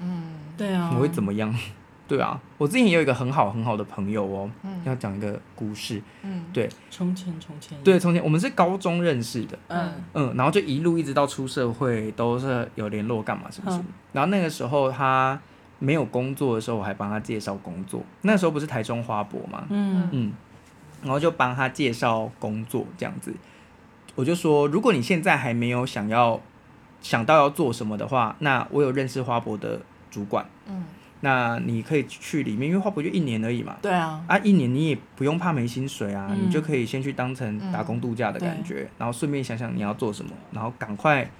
Speaker 2: 嗯
Speaker 3: 对啊，
Speaker 1: 我会怎么样？ 对啊，我之前也有一个很好很好的朋友哦，
Speaker 2: 嗯
Speaker 1: 要讲一个故事。
Speaker 2: 嗯
Speaker 3: 从前从前
Speaker 1: 对，，从前我们是高中认识的，
Speaker 3: 嗯
Speaker 1: 嗯，然后就一路一直到出社会都是有联络干嘛什么
Speaker 2: 嗯
Speaker 1: 什么。然后那个时候他没有工作的时候，我还帮他介绍工作。那时候不是台中花博嘛，
Speaker 3: 嗯
Speaker 1: 嗯，然后就帮他介绍工作这样子。我就说，如果你现在还没有想要想到要做什么的话，那我有认识花博的主管，
Speaker 2: 嗯
Speaker 1: 那你可以去里面，因为花博就一年而已嘛。
Speaker 3: 对啊，
Speaker 1: 啊，一年你也不用怕没薪水啊，
Speaker 3: 嗯
Speaker 1: 你就可以先去当成打工度假的感觉，然后顺便想想你要做什么，然后赶快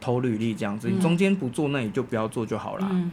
Speaker 1: 投履历这样子。
Speaker 3: 嗯
Speaker 1: 你中间不做，那你就不要做就好啦。
Speaker 3: 嗯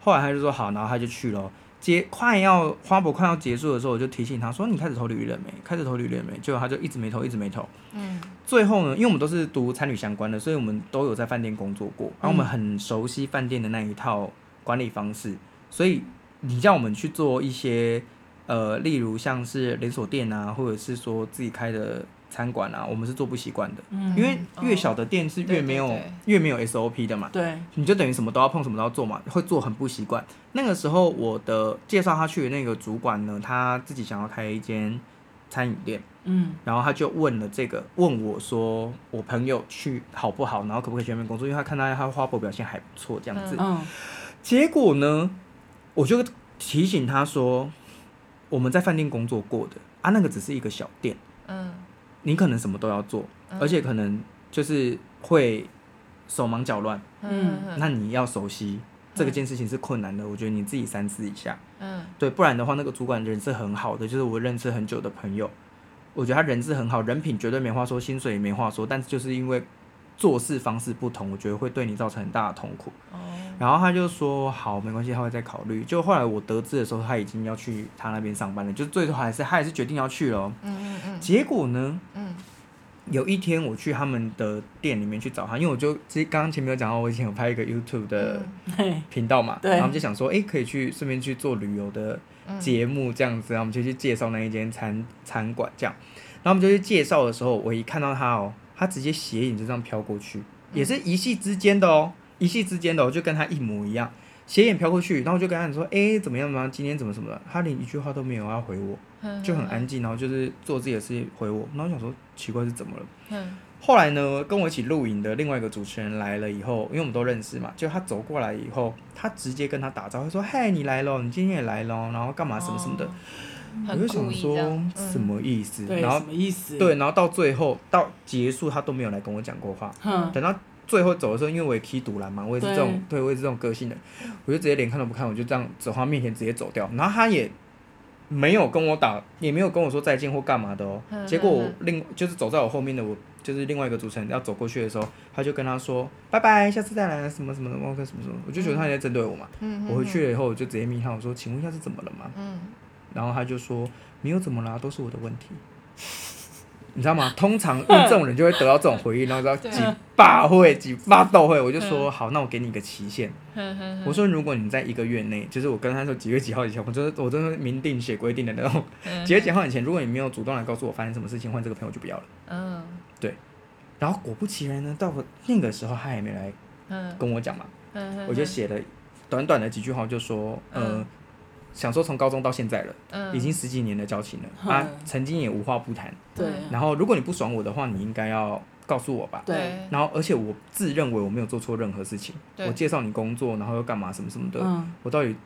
Speaker 1: 后来他就说好，然后他就去了。结快要花博快要结束的时候，我就提醒他说：“你开始投履历了没？开始投履历了没？”结果他就一直没投，一直没投。
Speaker 2: 嗯
Speaker 1: 最后呢，因为我们都是读餐旅相关的，所以我们都有在饭店工作过，然后我们
Speaker 3: 嗯
Speaker 1: 很熟悉饭店的那一套管理方式，所以你叫我们去做一些呃，例如像是连锁店啊，或者是说自己开的餐馆啊，我们是做不习惯的，
Speaker 3: 嗯，
Speaker 1: 因为
Speaker 2: 哦
Speaker 1: 越小的店是
Speaker 2: 对
Speaker 1: 越
Speaker 2: 对
Speaker 1: 没有
Speaker 2: 对
Speaker 1: 越没有 SOP 的嘛，
Speaker 3: 对，
Speaker 1: 你就等于什么都要碰，什么都要做嘛，会做很不习惯。那个时候我的介绍他去的那个主管呢，他自己想要开一间餐饮店。
Speaker 3: 嗯
Speaker 1: 然后他就问了这个，问我说我朋友去好不好，然后可不可以去那边工作，因为他看到他花博表现还不错这样子。
Speaker 3: 嗯
Speaker 1: 结果呢，我就提醒他说，我们在饭店工作过的啊，那个只是一个小店，
Speaker 2: 嗯，
Speaker 1: 你可能什么都要做，而且可能就是会手忙脚乱，
Speaker 2: 嗯
Speaker 1: 嗯那你要熟悉。这个件事情是困难的，我觉得你自己三思一下。
Speaker 2: 嗯
Speaker 1: 对，不然的话，那个主管人是很好的，就是我认识很久的朋友，我觉得他人是很好，人品绝对没话说，薪水也没话说，但是就是因为做事方式不同，我觉得会对你造成很大的痛苦。
Speaker 2: 哦
Speaker 1: 然后他就说好，没关系，他会再考虑。就后来我得知的时候，他已经要去他那边上班了，就是最后还是他还是决定要去了哦。
Speaker 2: 嗯嗯
Speaker 1: 结果呢，
Speaker 2: 嗯
Speaker 1: 有一天我去他们的店里面去找他，因为我就之刚刚前面有讲到，我以前有拍一个 YouTube
Speaker 2: 嗯
Speaker 1: 的
Speaker 3: 嘿，
Speaker 1: 频道嘛，
Speaker 3: 对
Speaker 1: 然后我们就想说，哎、可以去顺便去做旅游的
Speaker 2: 嗯
Speaker 1: 节目这样子，然后我们就去介绍那一间餐餐馆这样，然后我们就去介绍的时候，我一看到他哦，他直接斜影就这样飘过去，也是一夕之间的哦，一夕之间的、哦，就跟他一模一样，斜眼飘过去，然后我就跟他讲说，哎、怎么样吗？今天怎么怎么了？他连一句话都没有要回我，
Speaker 2: 嗯
Speaker 1: 就很安静，然后就是做自己的事情回我，然后我想说奇怪是怎么了？
Speaker 2: 嗯
Speaker 1: 后来呢，跟我一起录影的另外一个主持人来了以后，因为我们都认识嘛，就他走过来以后，他直接跟他打招呼说：“嘿，你来咯，你今天也来咯，然后干嘛什么什么
Speaker 2: 哦
Speaker 1: 的。，我就想说什么意思？
Speaker 3: 对，
Speaker 1: 然
Speaker 3: 什
Speaker 1: 后
Speaker 3: 么意思？
Speaker 1: 对，，然后到最后到结束，他都没有来跟我讲过话。
Speaker 3: 哼，
Speaker 1: 等到最后走的时候，因为我也踢独篮嘛，我也是这种，对我也是这种个性的，我就直接连看都不看，我就这样走他面前直接走掉。然后他也没有跟我打，也没有跟我说再见或干嘛的哦。
Speaker 2: 嗯
Speaker 1: 结果我
Speaker 2: 嗯
Speaker 1: 另就是走在我后面的我，就是另外一个主持人要走过去的时候，他就跟他说拜拜，下次再来啊什么什么的，我跟什么什么，我就觉得他也在针对我嘛。
Speaker 2: 嗯
Speaker 1: 我回去了以后，我就直接密他，我说请问一下是怎么了吗？
Speaker 2: 嗯
Speaker 1: 然后他就说没有怎么啦，都是我的问题。你知道吗？通常问这种人就会得到这种回应，然后知道
Speaker 2: 对
Speaker 1: 几霸会、几霸斗会，我就说好，那我给你一个期限。
Speaker 2: 嗯
Speaker 1: 我说如果你在一个月内，就是我跟他说几月几号以前，我真的我真的明定写规定的那种，
Speaker 2: 嗯
Speaker 1: 几月几号以前，如果你没有主动来告诉我发生什么事情，换这个朋友就不要了。
Speaker 2: 嗯
Speaker 1: 然后果不其然呢，到我那个时候他也没来
Speaker 2: 嗯
Speaker 1: 跟我讲嘛，
Speaker 2: 嗯，
Speaker 1: 我就写了短短的几句话，我就说，呃
Speaker 2: 嗯，
Speaker 1: 想说从高中到现在了，
Speaker 2: 嗯
Speaker 1: 已经十几年的交情了，
Speaker 3: 嗯
Speaker 1: 啊，曾经也无话不谈。
Speaker 3: 对
Speaker 2: 嗯
Speaker 1: 然后如果你不爽我的话，你应该要告诉我吧。
Speaker 3: 对
Speaker 1: 然后而且我自认为我没有做错任何事情，
Speaker 2: 对
Speaker 1: 我介绍你工作，然后又干嘛什么什么的，
Speaker 3: 嗯
Speaker 1: 我到底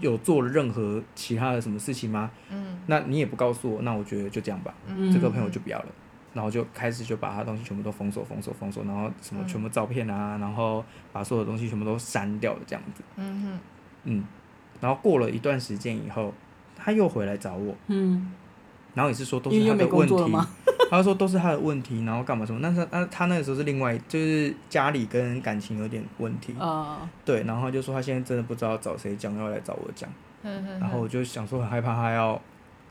Speaker 1: 有做了任何其他的什么事情吗？
Speaker 2: 嗯
Speaker 1: 那你也不告诉我，那我觉得就这样吧，
Speaker 3: 嗯
Speaker 1: 这个朋友就不要了。然后就开始就把他东西全部都封锁、封锁、封锁，然后什么
Speaker 2: 嗯
Speaker 1: 全部照片啊，然后把所有东西全部都删掉了这样子。
Speaker 2: 嗯哼
Speaker 1: 嗯，然后过了一段时间以后，他又回来找我，
Speaker 3: 嗯，
Speaker 1: 然后也是说都
Speaker 3: 因
Speaker 1: 是
Speaker 3: 为又
Speaker 1: 他的
Speaker 3: 没工
Speaker 1: 问
Speaker 3: 作了
Speaker 1: 题
Speaker 3: 吗，
Speaker 1: 他就说都是他的问题，然后干嘛什么？但是他他那个时候是另外，就是家里跟感情有点问题，
Speaker 3: 呃，
Speaker 1: 对，然后他就说他现在真的不知道找谁讲，要来找我讲，
Speaker 2: 嗯哼，
Speaker 1: 然后我就想说很害怕他要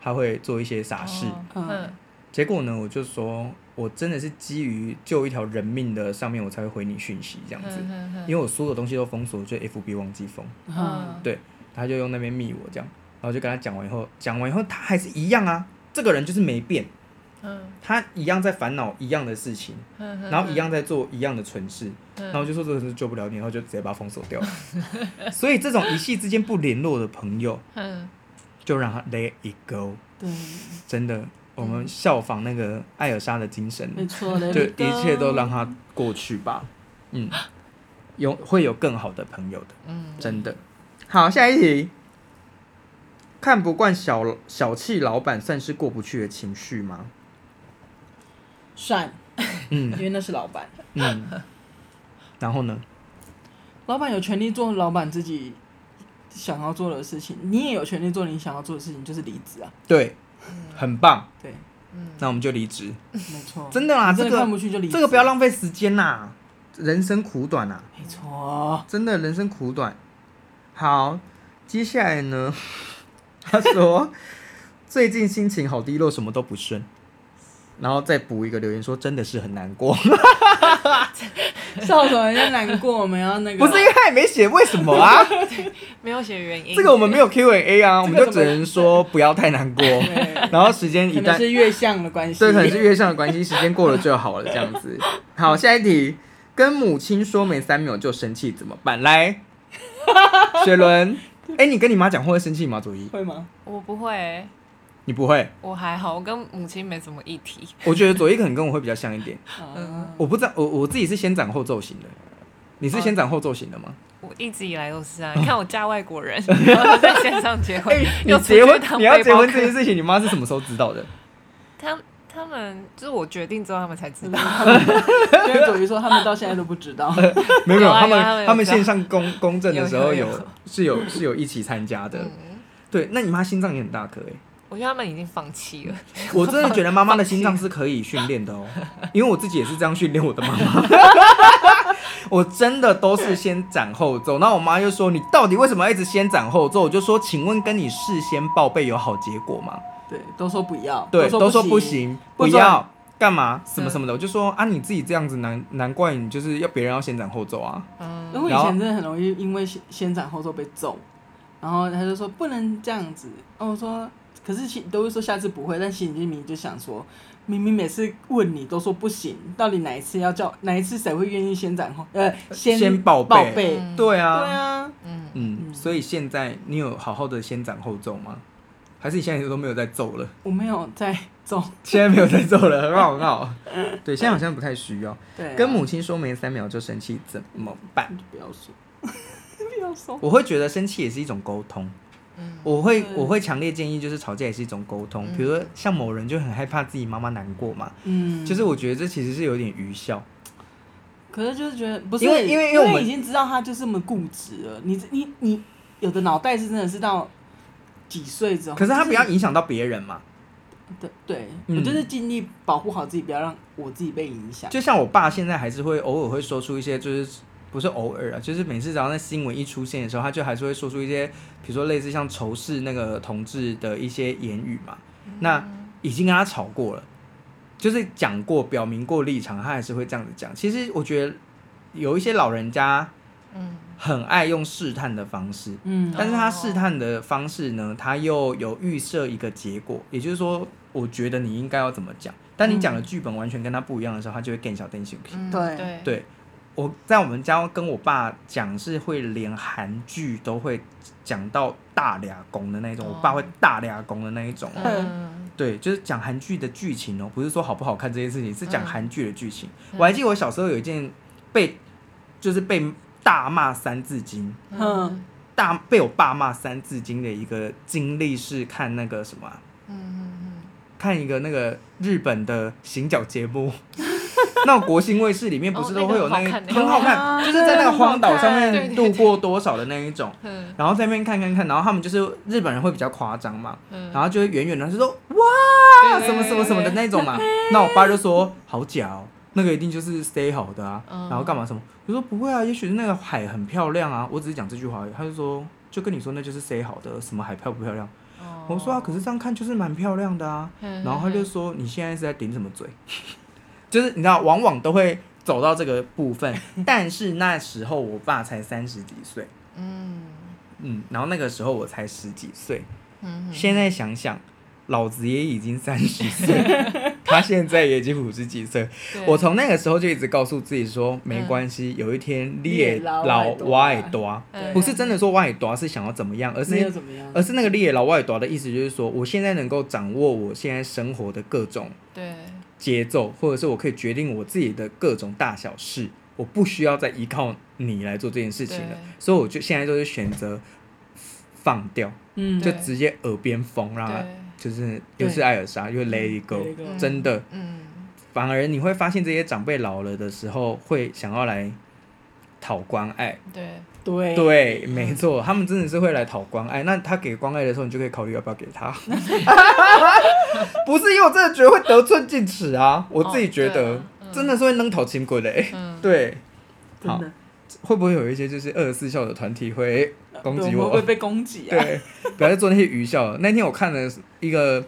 Speaker 1: 他会做一些傻事，
Speaker 3: 哦
Speaker 2: 嗯
Speaker 1: 结果呢，我就说我真的是基于救一条人命的上面我才会回你讯息这样子，
Speaker 2: 嗯
Speaker 1: 因为我所有东西都封锁，就 FB 忘记封，
Speaker 3: 嗯，
Speaker 1: 他就用那边密我这样，然后就跟他讲完以后，讲完以后他还是一样啊，这个人就是没变，
Speaker 2: 嗯
Speaker 1: 他一样在烦恼一样的事情。
Speaker 2: 嗯，
Speaker 1: 然后一样在做一样的蠢事，然后就说这个是救不了你，然后就直接把他封锁 掉了。所以这种一夕之间不联络的朋友，
Speaker 2: 嗯
Speaker 1: 就让他 let it go。
Speaker 3: 对，
Speaker 1: 真的，我们效仿那个艾尔莎的精神，
Speaker 2: 嗯
Speaker 3: 没错的，
Speaker 1: 就一切都让他过去吧。嗯，有会有更好的朋友的，
Speaker 2: 嗯
Speaker 1: 真的。好，下一题。看不惯小小气老板，算是过不去的情绪吗？
Speaker 3: 算，
Speaker 1: 嗯
Speaker 3: 因为那是老板，
Speaker 1: 嗯。然后呢？
Speaker 3: 老板有权利做老板自己想要做的事情，你也有权利做你想要做的事情，就是离职啊，
Speaker 1: 对，很棒。
Speaker 3: 对，
Speaker 2: 嗯
Speaker 1: 那我们就离职。
Speaker 3: 没错，
Speaker 1: 真的啦，
Speaker 3: 你
Speaker 1: 这
Speaker 3: 真的看
Speaker 1: 个
Speaker 3: 不去就离职，
Speaker 1: 这个不要，浪费时间啦，人生苦短啊，
Speaker 3: 没错，
Speaker 1: 真的人生苦短。好，接下来呢， 他说最近心情好低落，什么都不顺，然后再补一个留言说真的是很难过，
Speaker 3: 笑什么？人家难过，我们要那个，
Speaker 1: 不是因为他也没写为什么 啊，
Speaker 2: 没有写原因，
Speaker 1: 这个我们没有 Q&A 啊，我
Speaker 3: 这
Speaker 1: 们
Speaker 3: 个
Speaker 1: 就
Speaker 3: 怎么
Speaker 1: 只能说不要太难过，
Speaker 3: 对，
Speaker 1: 然后时间一
Speaker 3: 可能
Speaker 1: 旦
Speaker 3: 是月相的关系，
Speaker 1: 这可能是月上的关系，时间过了就好了，这样子。好，下一题，跟母亲说没三秒就生气怎么办？来，雪伦，哎、你跟你妈讲话会生气吗？左一，
Speaker 3: 会吗？
Speaker 2: 欸我不会，
Speaker 1: 你不会？
Speaker 2: 我还好，我跟母亲没什么议题，
Speaker 1: 我觉得左一可能跟我会比较像一点。
Speaker 3: 嗯，
Speaker 1: 我不知道，我我自己是先斩后奏型的，你是
Speaker 2: 哦
Speaker 1: 先斩后奏型的吗？
Speaker 2: 我一直以来都是啊，你看我嫁外国 人，然后在线上结婚，
Speaker 1: 哎你
Speaker 2: 又出
Speaker 1: 结
Speaker 2: 去
Speaker 1: 婚，
Speaker 2: 当
Speaker 1: 你要
Speaker 2: 背
Speaker 1: 结
Speaker 2: 包
Speaker 1: 婚
Speaker 2: 客
Speaker 1: 这件事情，你妈是什么时候知道的？
Speaker 2: 他他们就是我决定之后，他们才知
Speaker 1: 嗯
Speaker 2: 道。
Speaker 3: 啊 因为左瑜说他们到现在都不 知道，
Speaker 1: 没有没有，
Speaker 2: 有啊
Speaker 1: 他
Speaker 2: 有啊有
Speaker 1: 们
Speaker 2: 啊
Speaker 1: 他们线上公公证的时候
Speaker 2: 有有
Speaker 1: 有
Speaker 2: 有
Speaker 1: 是有是有一起参加的。
Speaker 2: 嗯，
Speaker 1: 对，那你妈心脏也很大颗哎。
Speaker 2: 我觉得他们已经放弃了。
Speaker 1: 我真的觉得妈妈的心脏是可以训练 的哦，因为我自己也是这样训练我的妈 妈。我真的都是先斩后奏，那我妈就说你到底为什么要一直先斩后奏？我就说，请问跟你事先报备有好结果吗？
Speaker 3: 对，都说不要，
Speaker 1: 对，都说
Speaker 3: 不
Speaker 1: 不，行，
Speaker 3: 不
Speaker 1: 不
Speaker 3: 准
Speaker 1: 要干嘛什么什么的，我就说啊，你自己这样子难难怪你就是要别人要先斩后奏啊。
Speaker 2: 嗯
Speaker 3: 因为我以前真的很容易因为先先斩后奏被揍，然后他就说不能这样子。然后我说，可是其都会说下次不会，但心里明明就想说，明明每次问你都说不行，到底哪一次要叫哪一次谁会愿意先斩后呃先
Speaker 1: 先报
Speaker 3: 报
Speaker 1: 备
Speaker 3: 备？
Speaker 2: 嗯
Speaker 1: 对
Speaker 3: 对
Speaker 1: 啊，
Speaker 3: 啊，
Speaker 2: 嗯，
Speaker 1: 嗯，
Speaker 3: 嗯
Speaker 1: 所以现在你有好好的先斩后奏吗？还是你现在都没有在奏了？
Speaker 3: 我没有在揍，
Speaker 1: 现在没有在做了，很好很 好。对，现在好像不太需要。
Speaker 3: 嗯对啊、
Speaker 1: 跟母亲说没三秒就生气怎么办？
Speaker 3: 不要说， 不要说，
Speaker 1: 我会觉得生气也是一种沟通。
Speaker 2: 嗯
Speaker 1: 我会
Speaker 3: 对
Speaker 1: 我会强烈建议，就是吵架也是一种沟通。
Speaker 2: 嗯
Speaker 1: 比如说像某人就很害怕自己妈妈难过嘛，
Speaker 3: 嗯，
Speaker 1: 就是我觉得这其实是有点愚孝。
Speaker 3: 可是就是觉得不是
Speaker 1: 因为因
Speaker 3: 因
Speaker 1: 为因为我们
Speaker 3: 已经知道他就这么固执了，你你你有的脑袋是真的是到几岁之后，
Speaker 1: 可是他
Speaker 3: 就
Speaker 1: 不要影响到别人嘛。
Speaker 3: 对对，
Speaker 1: 嗯
Speaker 3: 我就是尽力保护好自己，不要让我自己被影响。
Speaker 1: 就像我爸现在还是会偶尔会说出一些，就是不是偶尔啊，就是每次只要那新闻一出现的时候，他就还是会说出一些，比如说类似像仇视那个同志的一些言语嘛。那已经跟他吵过了，就是讲过、表明过立场，他还是会这样子讲。其实我觉得有一些老人家
Speaker 2: 嗯
Speaker 1: 很爱用试探的方式，
Speaker 3: 嗯
Speaker 1: 但是他试探的方式呢，他又有预设一个结果，也就是说，我觉得你应该要怎么讲，但你讲的剧本完全跟他不一样的时候，他就会更小更小。
Speaker 2: 嗯
Speaker 3: 对
Speaker 2: 对
Speaker 1: 对我在我们家跟我爸讲是会连韩剧都会讲到大俩公的那种，
Speaker 2: 哦
Speaker 1: 我爸会大俩公的那一种哦。
Speaker 2: 嗯
Speaker 1: 对，就是讲韩剧的剧情哦，不是说好不好看这件事情，是讲
Speaker 2: 嗯
Speaker 1: 韩剧的剧情。
Speaker 2: 嗯
Speaker 1: 我还记得我小时候有一件被，就是被大骂《三字经》，
Speaker 3: 嗯
Speaker 1: 大被我爸骂《三字经》的一个经历是看那个什么啊、
Speaker 2: 嗯
Speaker 1: 看一个那个日本的行脚节目， 那种国新卫视里面不是都会有那个、
Speaker 2: 哦那个
Speaker 1: 很
Speaker 2: 很
Speaker 1: 好
Speaker 2: 好
Speaker 3: 看欸
Speaker 1: 看，就是在那个荒岛上
Speaker 2: 对
Speaker 1: 面
Speaker 2: 对
Speaker 1: 度
Speaker 2: 对
Speaker 1: 过多少的那一种，
Speaker 2: 嗯
Speaker 1: 然后在那边看看看，然后他们就是日本人会比较夸张嘛，
Speaker 2: 嗯，
Speaker 1: 然后就会远远的就说哇
Speaker 2: 对
Speaker 1: 什么什么什么的那种嘛，那我爸就说好假哦。那个一定就是 stay 好的啊，
Speaker 2: 嗯
Speaker 1: 然后干嘛什么？我说不会啊，也许是那个海很漂亮啊。我只是讲这句话而已，他就说就跟你说那就是 stay 好的，什么海漂不漂亮？
Speaker 2: 哦
Speaker 1: 我说啊，可是这样看就是蛮漂亮的啊。
Speaker 2: 嗯
Speaker 1: 然后他就说：“你现在是在顶什么嘴？”就是你知道，往往都会走到这个部 分。但是那时候我爸才三十几岁，
Speaker 2: 嗯
Speaker 1: 嗯，然后那个时候我才十几岁。
Speaker 2: 嗯
Speaker 1: 现在想想，老子也已经三十岁，他现在也已经五十几岁。
Speaker 2: 对
Speaker 1: 我从那个时候就一直告诉自己说，没关系，有一天你也
Speaker 3: 你也老
Speaker 1: 老我
Speaker 3: 我
Speaker 1: 也
Speaker 3: 也
Speaker 1: 大，
Speaker 2: 嗯
Speaker 1: 不是真的说我也大是想要怎么样，而
Speaker 3: 没有
Speaker 1: 是
Speaker 3: 怎么样，
Speaker 1: 而是那个你也老我也大的意思就是说，我现在能够掌握我现在生活的各种。
Speaker 2: 对
Speaker 1: 节奏，或者是我可以决定我自己的各种大小事，我不需要再依靠你来做这件事情了
Speaker 2: 对。
Speaker 1: 所以我就现在就是选择放掉，
Speaker 3: 嗯，
Speaker 1: 就
Speaker 2: 对
Speaker 1: 直接耳边风让它
Speaker 2: 对
Speaker 1: 就是
Speaker 3: 对
Speaker 1: 又是艾尔莎又 Let It Go，
Speaker 3: Let it go
Speaker 1: 啊真的，
Speaker 2: 嗯
Speaker 1: 反而你会发现这些长辈老了的时候会想要来讨关爱。
Speaker 2: 嗯对
Speaker 3: 对
Speaker 1: 对，没错，他们真的是会来讨关爱。那他给关爱的时候，你就可以考虑要不要给他。不是，因为我真的觉得会得寸进尺啊，我自己觉得、
Speaker 2: 哦对啊嗯
Speaker 1: 真的是会扔头轻鬼的、欸。
Speaker 2: 嗯
Speaker 1: 对，好
Speaker 3: 真，的
Speaker 1: 会不会有一些就是二十四孝的团体会攻击
Speaker 3: 对
Speaker 1: 我？
Speaker 3: 们会被攻击啊，
Speaker 1: 对，不要再做那些愚孝了。那天我看了一个，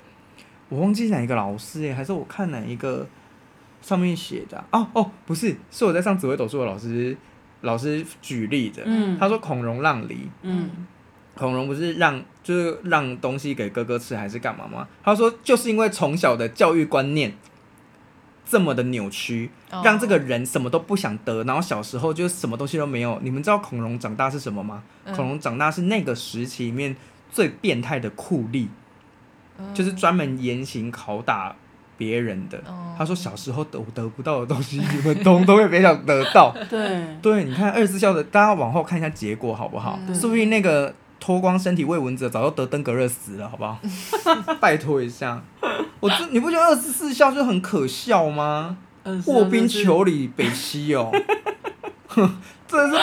Speaker 1: 我忘记哪一个老师哎、还是我看哪一个上面写的啊、哦哦，不是，是我在上紫微斗数的老师老师举例的。
Speaker 3: 嗯
Speaker 1: 他说孔融让梨，
Speaker 3: 嗯，
Speaker 1: 孔融不是让就是让东西给哥哥吃还是干嘛吗？他说就是因为从小的教育观念这么的扭曲，
Speaker 2: 哦
Speaker 1: 让这个人什么都不想得，然后小时候就什么东西都没有。你们知道孔融长大是什么吗？
Speaker 2: 嗯
Speaker 1: 孔融长大是那个时期里面最变态的酷吏，就是专门严刑拷打别人的。
Speaker 2: 嗯哦
Speaker 1: 他说小时候得我得不到的东西，你们通通也别想得 到。
Speaker 3: 对，
Speaker 1: 对，你看二十四孝的，大家往后看一下结果好不好？
Speaker 2: 嗯
Speaker 1: 说不定那个脱光身体喂蚊子的，早就得登革热死了，好 不好？拜托一下，我真你不觉得二十四孝就很可笑吗？
Speaker 3: 嗯
Speaker 1: 卧冰，
Speaker 3: 是啊
Speaker 1: 求鲤，北七哦， 这是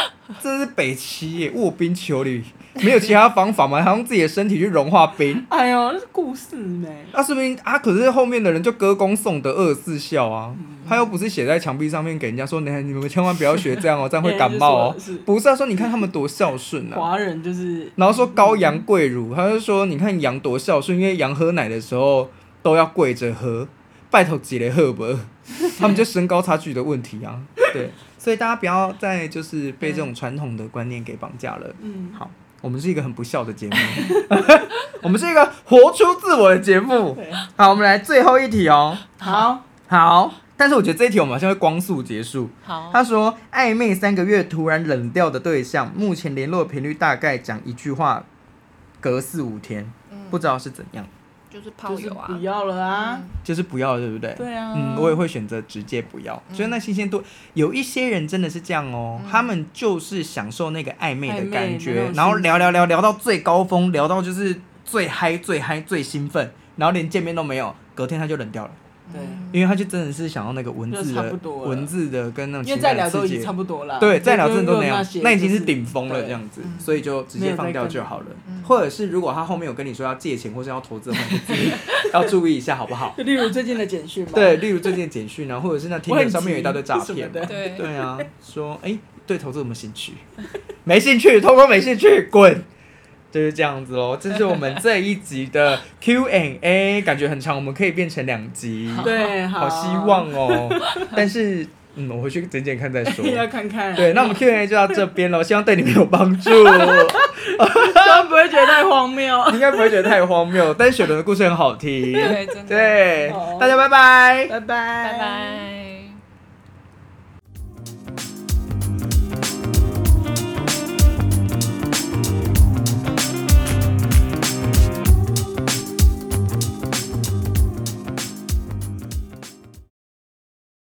Speaker 1: 这是北七耶，卧冰求鲤，没有其他方法吗？还用自己的身体去融化冰？
Speaker 3: 这哎呦，那是故事没，
Speaker 1: 那、说不定啊，可是后面的人就歌功颂德二十四孝啊，他又不是写在墙壁上面给人家说，你你们千万不要学这样哦，这样会感冒 哦。
Speaker 3: 别人就说
Speaker 1: 不是啊，说你看他们多孝顺
Speaker 3: 是
Speaker 1: 啊，
Speaker 3: 华人就是
Speaker 1: 然后说羔羊跪乳，他就说你看羊多孝顺，因为羊喝奶的时候都要跪着喝，拜托几雷喝不？他们就身高差距的问题啊，对，所以大家不要再就是被这种传统的观念给绑架了。
Speaker 3: 嗯，
Speaker 1: 好，我们是一个很不孝的节目， 我们是一个活出自我的节目。
Speaker 3: 对，
Speaker 1: 好，我们来最后一题哦。
Speaker 3: 好，
Speaker 1: 好，但是我觉得这一题我们好像会光速结束。
Speaker 2: 好
Speaker 1: 他说，暧昧三个月突然冷掉的对象，目前联络频率大概讲一句话，隔四五天，
Speaker 2: 嗯
Speaker 1: 不知道是怎样，
Speaker 2: 就是泡
Speaker 3: 就是
Speaker 2: 友啊
Speaker 3: 不要了啊，
Speaker 1: 就是不要，对不对？
Speaker 3: 对啊，嗯
Speaker 1: 嗯，我也会选择直接不要，就是那新鲜度。有一些人真的是这样哦，他们就是享受那个暧昧的感
Speaker 3: 暧昧
Speaker 1: 觉
Speaker 3: 那，种
Speaker 1: 然后
Speaker 3: 心情
Speaker 1: 聊聊聊聊到最高峰，聊到就是最嗨、最嗨、最兴奋，然后连见面都没有，隔天他就冷掉了。
Speaker 2: 嗯
Speaker 3: 对，
Speaker 1: 因为他就真的是想要那个文字
Speaker 3: 嗯就差
Speaker 1: 的
Speaker 3: 不多了
Speaker 1: 文字的跟那种
Speaker 3: 因为
Speaker 1: 情
Speaker 3: 再
Speaker 1: 感
Speaker 3: 聊
Speaker 1: 的
Speaker 3: 都
Speaker 1: 刺
Speaker 3: 已经
Speaker 1: 激
Speaker 3: 差，不多了，
Speaker 1: 对，
Speaker 3: 就
Speaker 1: 再聊真的都
Speaker 3: 啊就
Speaker 1: 没有
Speaker 3: 些，
Speaker 1: 那已经
Speaker 3: 就是
Speaker 1: 顶峰了这。样子，
Speaker 2: 嗯
Speaker 1: 所以就直接放掉就好了。或者是如果他后面有跟你说要借钱或是要投资的话，你自己要注意一下好不 好？
Speaker 3: 对就例如最近的简讯嘛，
Speaker 1: 对，例如最近的简讯啊，或者是那听
Speaker 3: 我很
Speaker 1: i 上面有一大堆诈
Speaker 3: 急
Speaker 1: 骗
Speaker 3: 什么
Speaker 1: 嘛，
Speaker 3: 的
Speaker 2: 对
Speaker 1: 对啊，说哎、对投资有没有兴趣？ 没兴趣，通通没兴趣，滚。就是这样子喽，这是我们这一集 的 Q&A，感觉很长，我们可以变成两集。
Speaker 3: 对，
Speaker 1: 好希望哦。但是嗯，我回去剪剪看再说。
Speaker 3: 要看 看。
Speaker 1: 对，那我们 Q&A 就到这边喽，希望对你们有帮助。
Speaker 3: 希望不会觉得太荒谬。
Speaker 1: 你应该不会觉得太荒谬，但是雪伦的故事很好听。
Speaker 2: 对，真的，
Speaker 1: 对
Speaker 3: 好，
Speaker 1: 大家拜拜。
Speaker 3: 拜拜，
Speaker 2: 拜
Speaker 3: 拜。
Speaker 2: 拜。